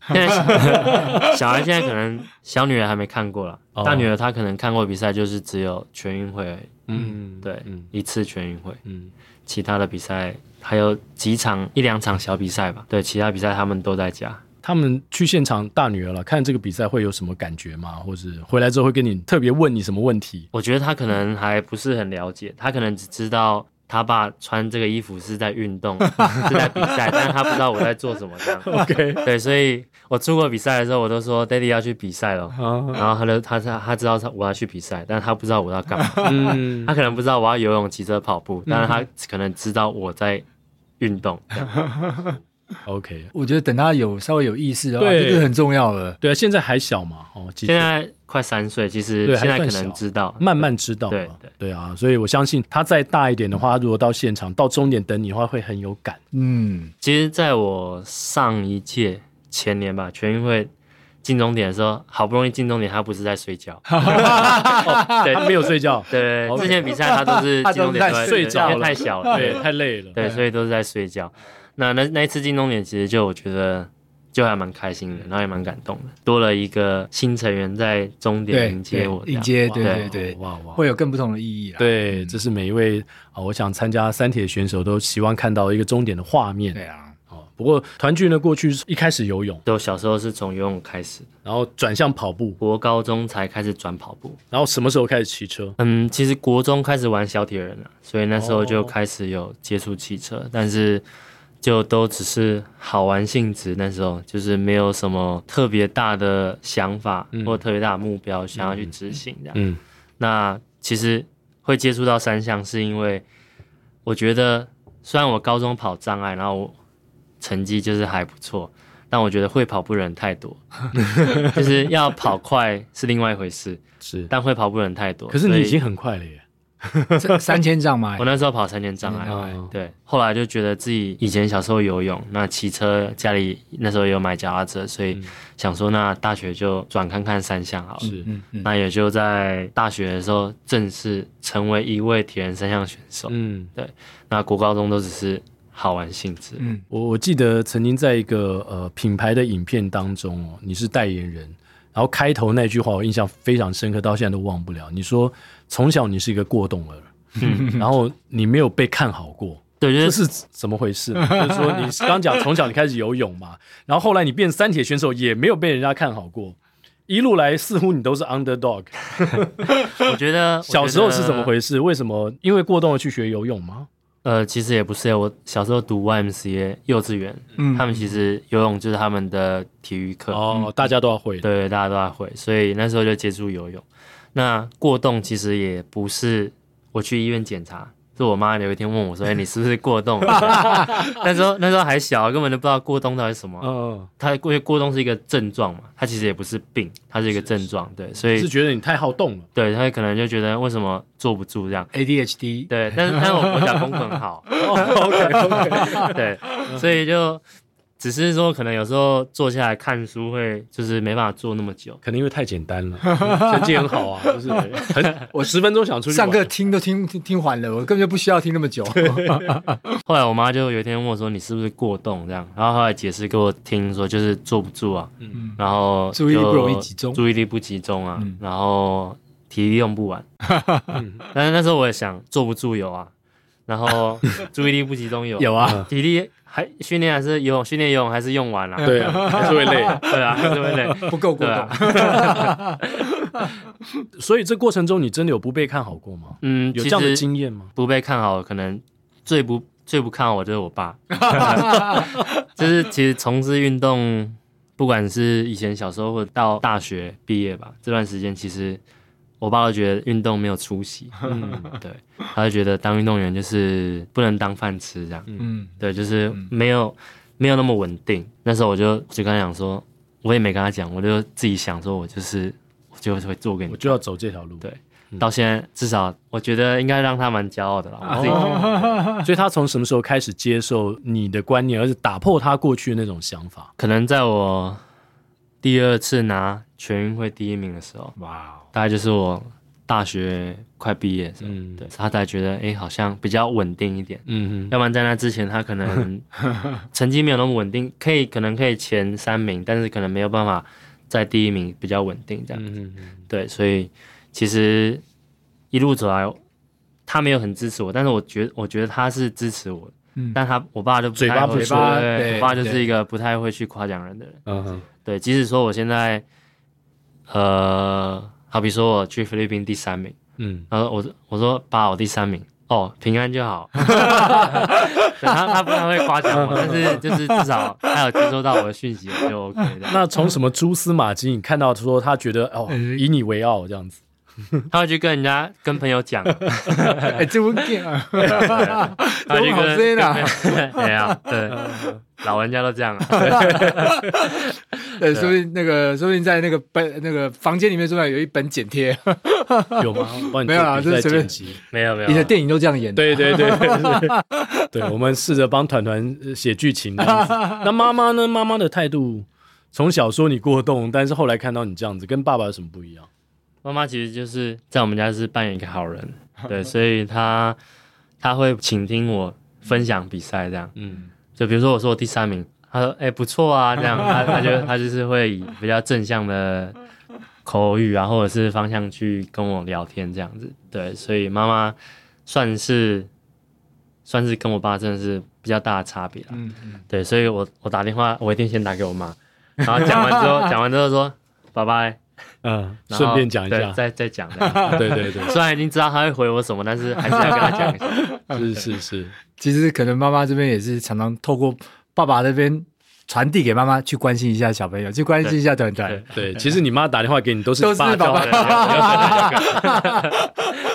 D: 现在小小孩现在可能小女儿还没看过了，
A: 哦
D: 大女儿她可能看过比赛，就是只有全运会而已，
A: 嗯，
D: 对，
A: 嗯
D: 一次全运会，
A: 嗯，
D: 其他的比赛还有几场一两场小比赛吧，对，其他比赛他们都在家。
A: 他们去现场大女儿了，看这个比赛会有什么感觉吗？或是回来之后会跟你特别问你什么问题？
D: 我觉得他可能还不是很了解，他可能只知道他爸穿这个衣服是在运
A: *laughs*
D: 动，是在比赛，但他不知道我在做什么这样。OK，对，所以我出国比赛的时候，我都说 Daddy 要去比赛了，
A: 啊，
D: 然后他就他他他知道他我要去比赛，但他不知道我要干嘛，
A: *laughs* 嗯，
D: 他可能不知道我要游泳、骑车、跑步，但是他可能知道我在运动。
A: OK，
C: 我觉得等他有稍微有意识的话，
A: 对
C: 这个很重要了。
A: 对啊，现在还小嘛，哦，几
D: 现在快三岁，其实
A: 对还
D: 现在可
A: 算小
D: 能知道，
A: 慢慢知道嘛
D: 对对
A: 对啊，所以我相信他再大一点的话，他如果到现场到终点等你的话，会很有感。
C: 嗯，
D: 其实在我上一届前年吧，全运会进终点的时候，好不容易进终点，他不是在
C: *laughs*
D: 睡觉，对
A: 他没有睡觉，
D: 对，
A: OK
D: 之前比赛他都
C: *laughs*
D: 是
C: 他
D: 进
C: 都
D: 终
C: 是
D: 点
C: 在
D: 都在
A: 睡着
D: 因为
A: 了
D: 太小了，
A: 对，
C: *laughs*
D: 对
A: 太累了。
D: 对，所以都是在睡觉。那那那一次进终点，其实就我觉得就还蛮开心的，然后也蛮感动的，多了一个新成员在终
C: 对，
D: 点迎接我，
C: 对迎。接，对
A: 哇
C: 对对，
A: 哇哇，
C: 会有更不同的意义啦。
A: 对，这是每一位啊、我想参加三铁选手都希望看到一个终点的画面
C: 对啊，
A: 哦。不过团聚呢，过去一开始游泳，
D: 对，我小时候是从游泳开始，
A: 然后转向跑步，
D: 国高中才开始转跑步。
A: 然后什么时候开始骑车？
D: 嗯，其实国中开始玩小铁人了，所以那时候
A: 哦
D: 就开始有接触汽车，但是就都只是好玩性质。那时候就是没有什么特别大的想法、
A: 嗯
D: 或特别大的目标想要去执行这样。
A: 嗯
D: 那其实会接触到三项，是因为我觉得虽然我高中跑障碍，然后我成绩就是还不错，但我觉得会跑步的人太多， *laughs* 就是要跑快是另外一回事，
A: 是。
D: 但会跑步的人太多。
A: 可是
D: 所
A: 你已
D: 以
A: 经很快了耶。
C: 这三千丈嘛
D: *laughs* 我，那时候跑三千障碍，
A: 嗯
D: 对，后来就觉得自己以前小时候游泳，那骑车家里那时候有买脚踏车，所以想说那大学就转看看三项好了。
A: 嗯是
C: 嗯嗯，
D: 那也就在大学的时候正式成为一位铁人三项选手。
A: 嗯，
D: 那国高中都只是好玩性质，
C: 嗯
A: 我我记得曾经在一个呃品牌的影片当中哦，你是代言人，然后开头那句话我印象非常深刻，到现在都忘不了。你说从小你是一个过动儿，然后你没有被看好过，
D: 对，就
A: 这 *laughs*
D: 是
A: 是怎么回事呢？就是说你刚讲从小你开始游泳嘛，然后后来你变三铁选手也没有被人家看好过，一路来似乎你都是 underdog。
D: 我觉得
A: 小时候是怎么？
D: 我觉得
A: 回事？为什么？因为过动而去学游泳吗？
D: 呃，其实也不是，我小时候读 YMCA 幼稚园，
C: 嗯
D: 他们其实游泳就是他们的体育课，
A: 哦，大家都要会的。
D: 对，大家都在会，所以那时候就接触游泳。那过动其实也不是我去医院检查，是我妈有一天问我说：“哎、你是不是过动？” *laughs* 那时候那时候还小，啊根本都不知道过动到底是什么。
A: 嗯，
D: 它因为过动是一个症状嘛，它其实也不是病，它是一个症状，对，所
A: 是
D: 以
A: 觉得你太好动了。
D: 对他可能就觉得为什么坐不住这样，
C: ，ADHD，
D: 对，但是但是我我打功课很 *laughs* 好
A: 哦 OK OK，
D: 对，所以就只是说可能有时候坐下来看书会就是没办法坐那么久，
A: 可能因为太简单 *laughs* 了，成绩很好啊，就是很我十分钟想出去玩
C: 上课听都听听听完了，我根本就不需要听那么久。
D: 啊后来我妈就有一天问我说：“你是不是过动？”这样，然后后来解释给我听说就是坐不住啊，
A: 嗯
D: 然后
C: 注意力
D: 就
C: 不容易集中
D: 注意力不集中啊，
C: 嗯
D: 然后体力用不完。
A: *laughs* 嗯
D: 但是那时候我也想坐不住有啊，然
A: *laughs*
D: 后注意力不集中有，
C: 有啊，
D: 体力还训练还是游泳训练游泳还是用完了、
A: 对啊，还是会累。
D: 对啊，还是会累。
C: 不够过
D: 对
C: 动
D: 啊。，
A: 所以这过程中你真的有不被看好过吗？
D: 嗯，
A: 有这样的
D: 其实
A: 经验吗？
D: 不被看好，可能最不最不看好我就是我爸，就是其实从事运动，不管是以前小时候或者到大学毕业吧，这段时间其实我爸都觉得运动没有出息，
A: 嗯
D: 对，他就觉得当运动员就是不能当饭吃这样，
C: 嗯，
D: 对，就是没有没有那么稳定。那时候我就就跟他讲说，我也没跟他讲，我就自己想说我就是我就是会做给你
A: 我就要走这条路。
D: 对到现在至少我觉得应该让他蛮骄傲的啦。我自己觉得
A: 所以他从什么时候开始接受你的观念，而是打破他过去的那种想法？
D: 可能在我第二次拿全运会第一名的时候，
C: 哇哦
D: 大概就是我大学快毕业的时候，
A: 嗯
D: 对，他才觉得哎、诶好像比较稳定一点。
A: 嗯
D: 要不然在那之前，他
A: *laughs*
D: 可能成绩没有那么稳定，可以可能可以前三名，但是可能没有办法在第一名比较稳定这样。
A: 嗯
D: 对，所以其实一路走来，他没有很支持我，但是我觉我觉得他是支持我的，
C: 嗯
D: 但他我爸就不太
A: 嘴巴不
D: 会
A: 说
D: 对
C: 对
D: 我爸就
C: 对
D: 是一个不太会去夸奖人的人。
A: 嗯
D: 对，即使说我现在，呃，好比说我去菲律宾第三名，
A: 嗯
D: 然后我我说爸，我第三名，哦，平安就好。 *laughs* 对他他不太会夸奖我，但是就是至少他有接收到我的讯息，我就 OK 的。
A: 那从什么蛛丝马迹，你看到说他觉得哦，
C: 嗯
A: 以你为傲这样
C: *laughs*
A: 子？
D: 他会去跟人家跟朋友讲，
C: *laughs* 哎，这文件啊，
D: 他
C: 这
D: 会去
C: 文好
D: 跟
C: 深啊！
D: 哎呀， *laughs* 对，老人家都这样啊。 *laughs*
C: 呃，说不定那个，说不定在那个本那个房间里面，说不定有一本剪贴，
A: 有吗？我帮你
C: 没有啦
A: 做比赛
C: 这是随
A: 剪
C: 便
A: 辑。
D: 没有没有，
C: 你的电影都这样演的。
A: 对对
C: *laughs*
A: 对对，对我们试着帮团团呃写剧情这
C: *laughs*
A: 样子。那妈妈呢？妈妈的态度，从小说你过动，但是后来看到你这样子，跟爸爸有什么不一样？
D: 妈妈其实就是在我们家是扮演一个好人，对，所以她她会倾听我分享比赛这样，
A: 嗯
D: 就比如说我说我第三名，她说哎、不错
A: *laughs*
D: 啊这样，她她就她就是会以比较正向的口语啊或者是方向去跟我聊天这样子，对，所以妈妈算是算是跟我爸真的是比较大的差别啦，
C: 嗯，嗯，
D: 对，所以我我打电话我一定先打给我妈，然后讲完之后讲完之后说拜拜，
A: 嗯，
D: 然后
A: 顺便讲一
D: 对
A: 下，
D: 再再讲这样。
A: 对对对，
D: 虽然已经知道他会回我什么，但是还是要跟他讲一
A: *laughs*
D: 下。
A: 是是是，
C: 其实可能妈妈这边也是常常透过爸爸这边传递给妈妈去关心一下小朋友，去关心一下短短
D: 对。
A: 对。其实你妈打电话给你都是
C: 都
A: 你
C: 是
A: 爸
C: 爸
A: 叫的
C: 爸
D: 对有可能有可能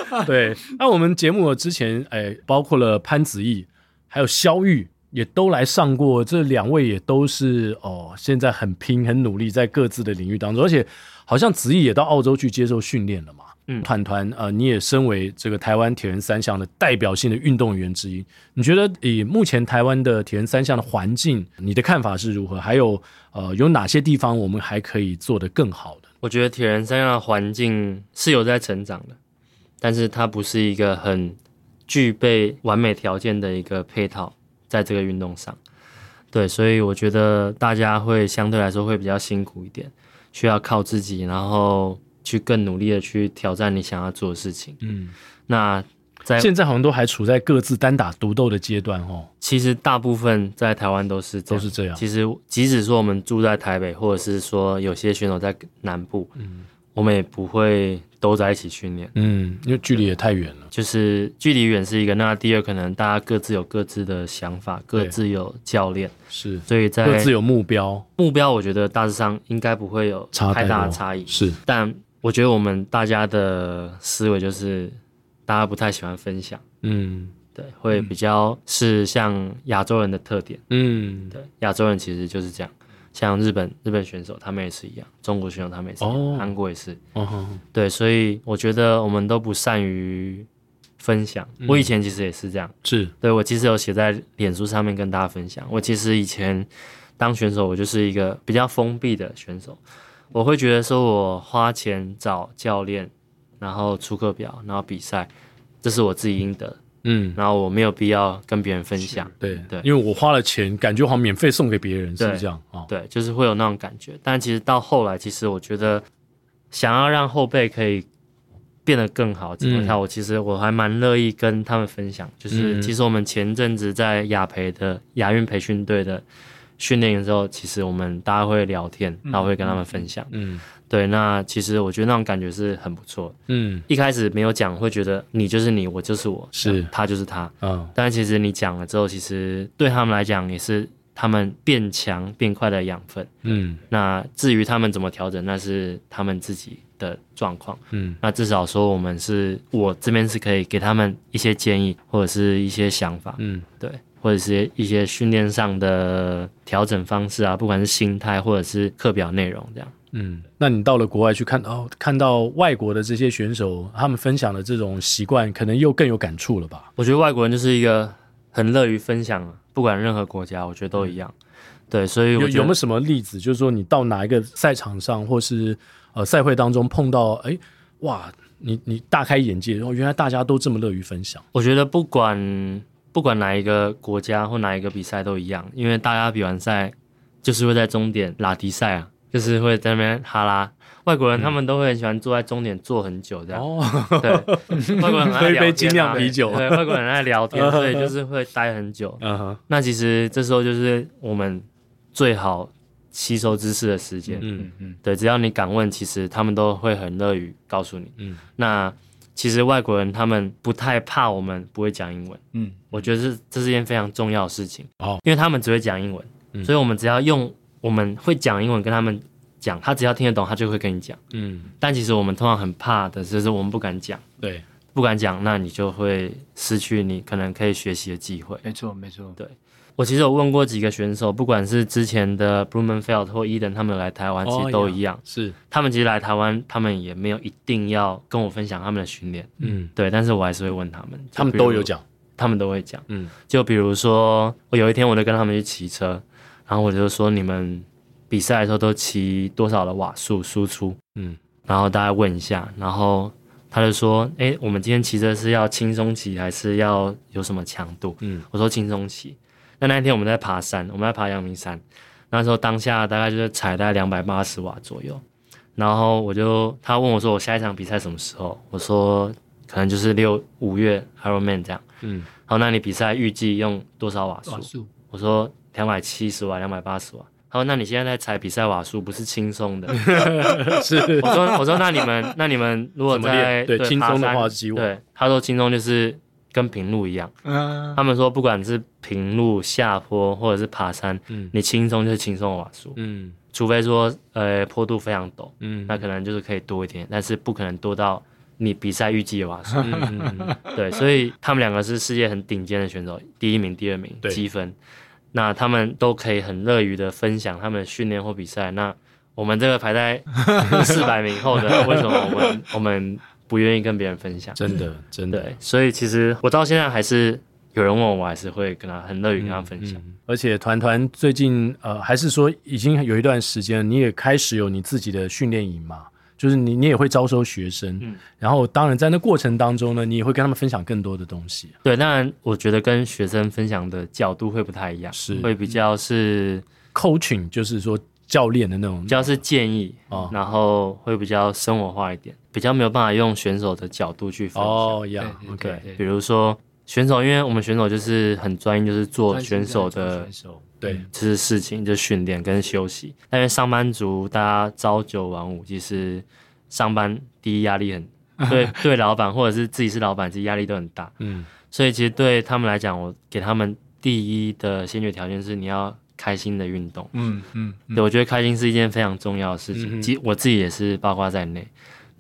A: *laughs* 对，那我们节目之前，哎，包括了潘子毅，还有肖玉，也都来上过。这两位也都是哦，现在很拼、很努力，在各自的领域当中，而且好像子毅也到澳洲去接受训练了嘛。
D: 嗯
A: 团团，呃，你也身为这个台湾铁人三项的代表性的运动员之一，你觉得以目前台湾的铁人三项的环境，你的看法是如何？还有，呃，有哪些地方我们还可以做得更好的？
D: 我觉得铁人三项的环境是有在成长的，但是它不是一个很具备完美条件的一个配套，在这个运动上。对，所以我觉得大家会相对来说会比较辛苦一点，需要靠自己，然后去更努力的去挑战你想要做的事情。
A: 嗯，
D: 那在
A: 现在好像都还处在各自单打独斗的阶段哦。
D: 其实大部分在台湾都是这
A: 都
D: 样
A: 是这样。
D: 其实，即使说我们住在台北，或者是说有些选手在南部，我们也不会都在一起训练。
A: 嗯，因为距离也太远了。
D: 就是距离远是一个，那第二可能大家各自有各自的想法，各自有教练，
A: 是
D: 所以在
A: 各自有目标，
D: 目标，我觉得大致上应该不会有
A: 差
D: 太大
A: 太多
D: 的差异。
A: 是
D: 但我觉得我们大家的思维就是，大家不太喜欢分享，
A: 嗯
D: 对，会比较是像亚洲人的特点。
A: 嗯
D: 对，亚洲人其实就是这样，像日本日本选手他们也是一样，中国选手他们也是一
A: 哦
D: 样，韩、国也是。
A: 哦好
D: 对，所以我觉得我们都不善于分享。
A: 嗯
D: 我以前其实也是这样，
A: 是
D: 对我其实有写在脸书上面跟大家分享。我其实以前当选手，我就是一个比较封闭的选手，我会觉得说我花钱找教练，然后出课表，然后比赛，这是我自己应得的，
A: 嗯
D: 然后我没有必要跟别人分享。
A: 对
D: 对
A: 因为我花了钱，感觉好像免费送给别人，是不是
D: 对
A: 这样啊？
D: 对，就是会有那种感觉。但其实到后来，其实我觉得想要让后辈可以变得更好，怎么跳舞，我其实我还蛮乐意跟他们分享。就是、
A: 嗯
D: 其实我们前阵子在亚培的亚运培训队的训练的时候，其实我们大家会聊天，然后会跟他们分享。
A: 嗯
D: 对，那其实我觉得那种感觉是很不错。
A: 嗯
D: 一开始没有讲，会觉得你就是你，我就是我，
A: 是
D: 他就是他。
A: 啊
D: 但其实你讲了之后，其实对他们来讲也是他们变强变快的养分。
A: 嗯
D: 那至于他们怎么调整，那是他们自己的状况。
A: 嗯
D: 那至少说，我们是我这边是可以给他们一些建议或者是一些想法。
A: 嗯，
D: 对，或者是一些训练上的调整方式啊，不管是心态或者是课表内容这样。
A: 嗯，那你到了国外去看哦，看到外国的这些选手，他们分享的这种习惯，可能又更有感触了吧？
D: 我觉得外国人就是一个很乐于分享啊，不管任何国家，我觉得都一样。对，所以我
A: 有
D: 觉
A: 有
D: 得
A: 没有什么例子？就是说，你到哪一个赛场上，或是呃赛会当中碰到，哎，哇，你你大开眼界，然哦后原来大家都这么乐于分享。
D: 我觉得不管不管哪一个国家或哪一个比赛都一样，因为大家比完赛就是会在终点拉迪赛啊，就是会在那边哈拉。外国人他们都会很喜欢坐在终点坐很久这样，
A: 哦， *laughs*
D: 对，外国人很爱
A: 喝一
D: 聊
A: 杯
D: 天、啊，
A: 精酿啤酒
D: 对，外国人很爱
A: *laughs*
D: 聊天，所以就是会待很久。
A: 嗯哼，
D: 那其实这时候就是我们最好吸收知识的时间。
A: 嗯
C: 嗯
D: 对，只要你敢问，其实他们都会很乐于告诉你。
A: 嗯，
D: 那其实外国人他们不太怕我们不会讲英文，
C: 嗯
D: 我觉得这这是件非常重要的事情。
A: 哦，
D: 因为他们只会讲英文，
A: 嗯
D: 所以我们只要用我们会讲英文跟他们讲，他只要听得懂，他就会跟你讲。
A: 嗯，
D: 但其实我们通常很怕的就是我们不敢讲，
A: 对，
D: 不敢讲，那你就会失去你可能可以学习的机会。
C: 没错没错，
D: 我其实有问过几个选手，不管是之前的 Blumenfeld 或 Eden，他们来台湾其
A: 哦
D: 实都一样。
A: 是，
D: 他们其实来台湾，他们也没有一定要跟我分享他们的训练，
A: 嗯，
D: 对，但是我还是会问他们，
A: 他们
D: 就比如
A: 都有，讲，
D: 他们都会讲。
A: 嗯，
D: 就比如说，我有一天我就跟他们去骑车，然后我就说你们比赛的时候都骑多少的瓦数输出，
A: 嗯，
D: 然后大家问一下，然后他就说，哎，我们今天骑车是要轻松骑还是要有什么强度？
A: 嗯，
D: 我说轻松骑。那那一天我们在爬山，我们在爬阳明山，那时候当下大概就是踩在两百八十瓦左右，然后我就他问我说我下一场比赛什么时候？我说可能就是六五月 Ironman 这样。
A: 嗯，
D: 好，那你比赛预计用多少瓦数？
C: 瓦数
D: 我说两百七十瓦，两百八十瓦。他说：“那你现在在踩比赛瓦数不是
A: *laughs*
D: 轻松的。
A: 是”，
D: 我说：“我说那你们那你们如果
A: 怎么练
D: 在
A: 对轻松的
D: 爬山
A: 话是几瓦
D: 对，他说轻松就是跟平路一样。
C: 嗯
D: 他们说不管是平路、下坡或者是爬山，
A: 嗯
D: 你轻松就是轻松的瓦数，
A: 嗯
D: 除非说呃坡度非常陡，
A: 嗯
D: 那可能就是可以多一点，但是不可能多到你比赛预计的瓦数。
A: 嗯嗯
D: 对，所以他们两个是世界很顶尖的选手，第一名、第二名
A: 对
D: 积分。那他们都可以很乐于的分享他们的训练或比赛。那我们这个排在四百名后
A: *laughs*
D: 的，为什么我们我们不愿意跟别人分享？
A: 真的真的
D: 对，所以其实我到现在还是有人问我，我还是会跟他很乐于跟他分享。
A: 嗯而且团团最近呃，还是说已经有一段时间，你也开始有你自己的训练营嘛，就是你你也会招收学生，
D: 嗯
A: 然后当然在那过程当中呢，你也会跟他们分享更多的东西。
D: 对，当然我觉得跟学生分享的角度会不太一样，
A: 是
D: 会比较是
A: Coaching 就是说教练的那种
D: 比，较是建议，
A: 哦
D: 然后会比较生活化一点，比较没有办法用选手的角度去分享。
A: 哦呀
C: 对对
A: ，OK，
D: 对，比如说选手，因为我们选手就是很专一，就是做选手的
C: 选手
A: 对，
D: 就是事情，就是训练跟休息。但是上班族大家朝九晚五，其实上班第一
A: *laughs*
D: 压力很对，对老板或者是自己是老板，其实压力都很大。
A: 嗯
D: 所以其实对他们来讲，我给他们第一的先决条件是你要开心的运动。
C: 嗯嗯嗯
D: 对，我觉得开心是一件非常重要的事
A: 嗯哼
D: 情，即、我自己也是包括在内。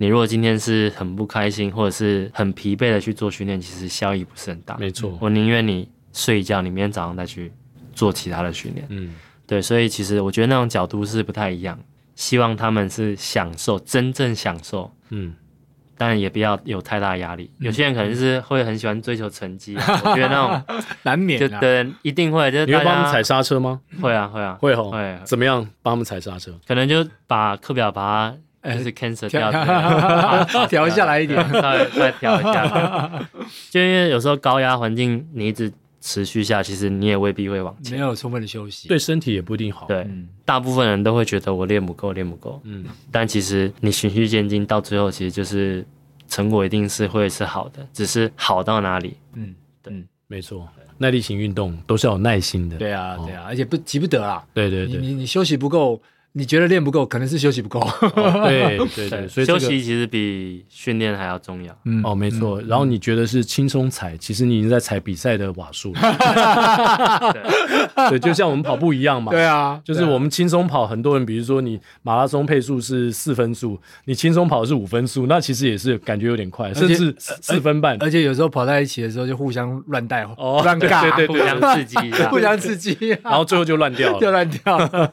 D: 你如果今天是很不开心，或者是很疲惫的去做训练，其实效益不是很大。
A: 没错，
D: 我宁愿你睡一觉，你明天早上再去做其他的训练。
A: 嗯
D: 对，所以其实我觉得那种角度是不太一样。希望他们是享受，真正享受，
A: 嗯，
D: 但也不要有太大压力。有些人可能是会很喜欢追求成绩、啊，我觉得那种
C: 难免啊
D: 就
C: 啦，
D: 对，一定会就是
A: 你会
D: 大
A: 帮他
D: 家
A: 们踩刹车吗？
D: 会啊会啊
A: 会哦，
D: 会，
A: 怎么样帮他们踩刹车？
D: 可能就把课表把它
C: 哎
D: 就是 cancel
C: 调
D: 掉之类的，
C: 调下来一点，
D: 对啊稍微再调一下。 *laughs* 就因为有时候高压环境你一直持续下，其实你也未必会往
C: 没
D: 前。
C: 有充分的休息，
A: 对，身体也不一定好。，
D: 对，
C: 嗯
D: 大部分人都会觉得我练不够，练不够。
A: 哦嗯
D: 但其实你循序渐进，到最后其实就是成果一定是会是好的，只是好到哪里。
C: 嗯，
A: 没错，耐力型运动都是要有耐心的。
D: 哦
C: 对啊对啊，而且不急不得啊，
A: 对对
C: 你
A: 对，
C: 你你休息不够，你觉得练不够，可能是休息不够。
D: 哦
A: 对对对，所以、这
D: 休
A: 个、
D: 息其实比训练还要重要。
C: 嗯
A: 哦，没错。然后你觉得是轻松踩，其实你已经在踩比赛的瓦数了。
C: *laughs*
A: 对，就像我们跑步一样嘛。
C: *laughs* 对啊，
A: 就是我们轻松跑，很多人比如说你马拉松配速是四分速，你轻松跑是五分速，那其实也是感觉有点快，甚
C: 且呃
A: 至四四分半。
C: 而且有时候跑在一起的时候就互相乱带、
A: 哦
C: *laughs* 乱尬，
A: 对对
D: 互相刺激一
A: *laughs*
D: 下
C: *laughs* 互。相刺激、
A: 然后最后就乱掉
C: *laughs* 就
A: 了。
C: 乱掉。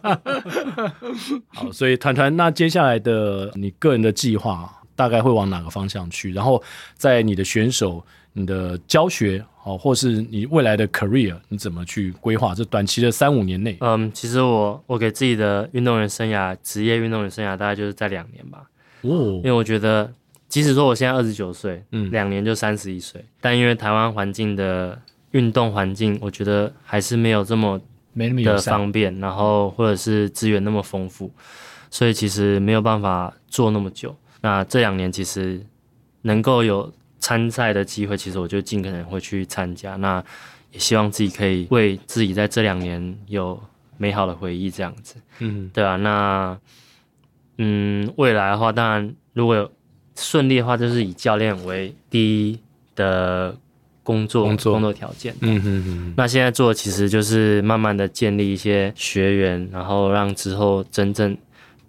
A: 好，所以团团，那接下来的你个人的计划大概会往哪个方向去？然后在你的选手、你的教学，哦，或是你未来的 career，你怎么去规划？这短期的三五年内，
D: 嗯，其实我我给自己的运动员生涯，职业运动员生涯大概就是在两年吧，
A: 哦
D: 因，为我觉得，即使说我现在二十九岁，
A: 嗯
D: 两年就三十一岁，但因为台湾环境的运动环境，我觉得还是没有这么
C: 没那么友
D: 的
C: 善，
D: 方便，然后或者是资源那么丰富，所以其实没有办法做那么久。那这两年其实能够有参赛的机会，其实我就尽可能会去参加。那也希望自己可以为自己在这两年有美好的回忆，这样子。
A: 嗯，
D: 对啊，那嗯，未来的话，当然如果有顺利的话，就是以教练为第一的工作
A: 工作
D: 工作条件。
A: 嗯嗯嗯，
D: 那现在做的其实就是慢慢的建立一些学员，然后让之后真正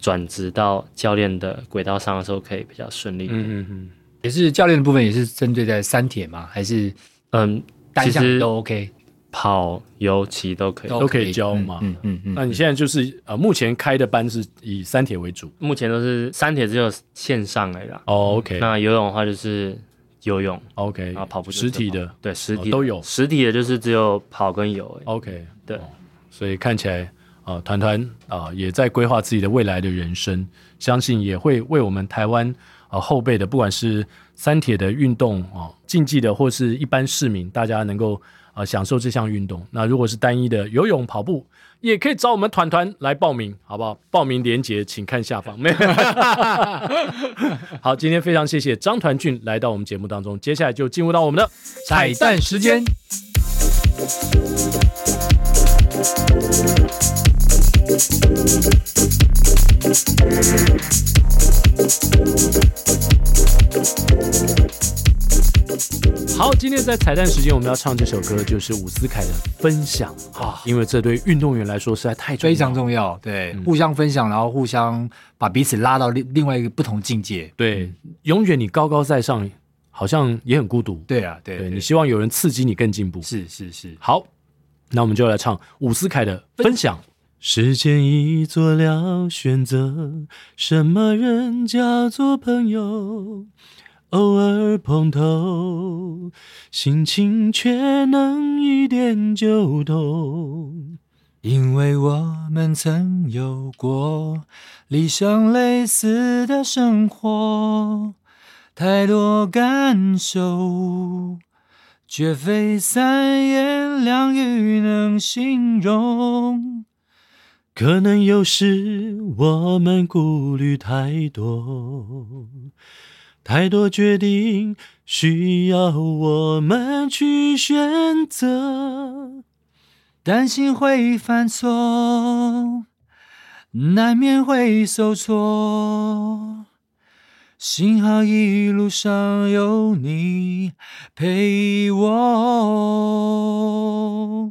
D: 转职到教练的轨道上的时候可以比较顺利。
A: 嗯
D: 嗯
A: 嗯嗯，
C: 也是教练的部分也是针对在三铁嘛，还是单
D: 嗯其
C: 项
D: 实
C: 都 OK，
D: 跑、游、骑都可以。
A: 都可以教嘛
C: 嗯嗯嗯嗯，
A: 那你现在就是呃，目前开的班是以三铁为主。
D: 目前都是三铁只有线上而已啦。
A: 哦，OK
D: 那游泳的话就是游泳，
A: OK，
D: 然后跑步就是
A: 实体的
D: 跑对实
A: 哦
D: 体的、
A: 都有
D: 实体的就是只有跑跟游而已。
A: ，OK，哦
D: 对，
A: 所以看起来呃，团团啊也在规划自己的未来的人生，相信也会为我们台湾啊后辈的，不管是三铁的运动啊，竞技的或是一般市民，大家能够啊享受这项运动。那如果是单一的游泳、跑步，也可以找我们团团来报名，好不好？报名链接请看下方。 *laughs* 没有。好，今天非常谢谢张团俊来到我们节目当中，接下来就进入到我们的
C: 彩蛋时间，
A: 好，今天在彩蛋时间，我们要唱这首歌就是伍思凯的《分享》啊，因为这对运动员来说实在太重要
C: 非常重要，对，互相分享，然后互相把彼此拉到另另外一个不同境界。
A: 对，永远你高高在上，好像也很孤独。
C: 对啊，对，
A: 对你希望有人刺激你更进步。
C: 是是是，
A: 好，那我们就来唱伍思凯的《分享》。时间已做了选择，什么人叫做朋友？偶尔碰头，心情却能一点就懂。
C: 因为我们曾有过理想类似的生活，太多感受，绝非三言两语能形容。
A: 可能有时我们顾虑太多，太多决定需要我们去选择。
C: 担心会犯错，难免会受挫。幸好一路上有你陪我，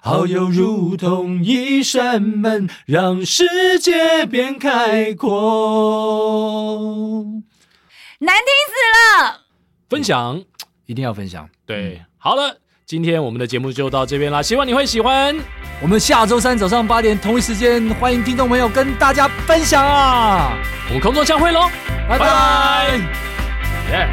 C: 好友如同一扇门，让世界变开阔。
B: 难听死了。
A: 分享
C: 一定要分享，
A: 对，好了，今天我们的节目就到这边啦，希望你会喜欢。
C: 我们下周三早上八点同一时间，欢迎听众朋友跟大家分享啊！
A: 我们空中相会喽，
C: 拜拜
A: 耶、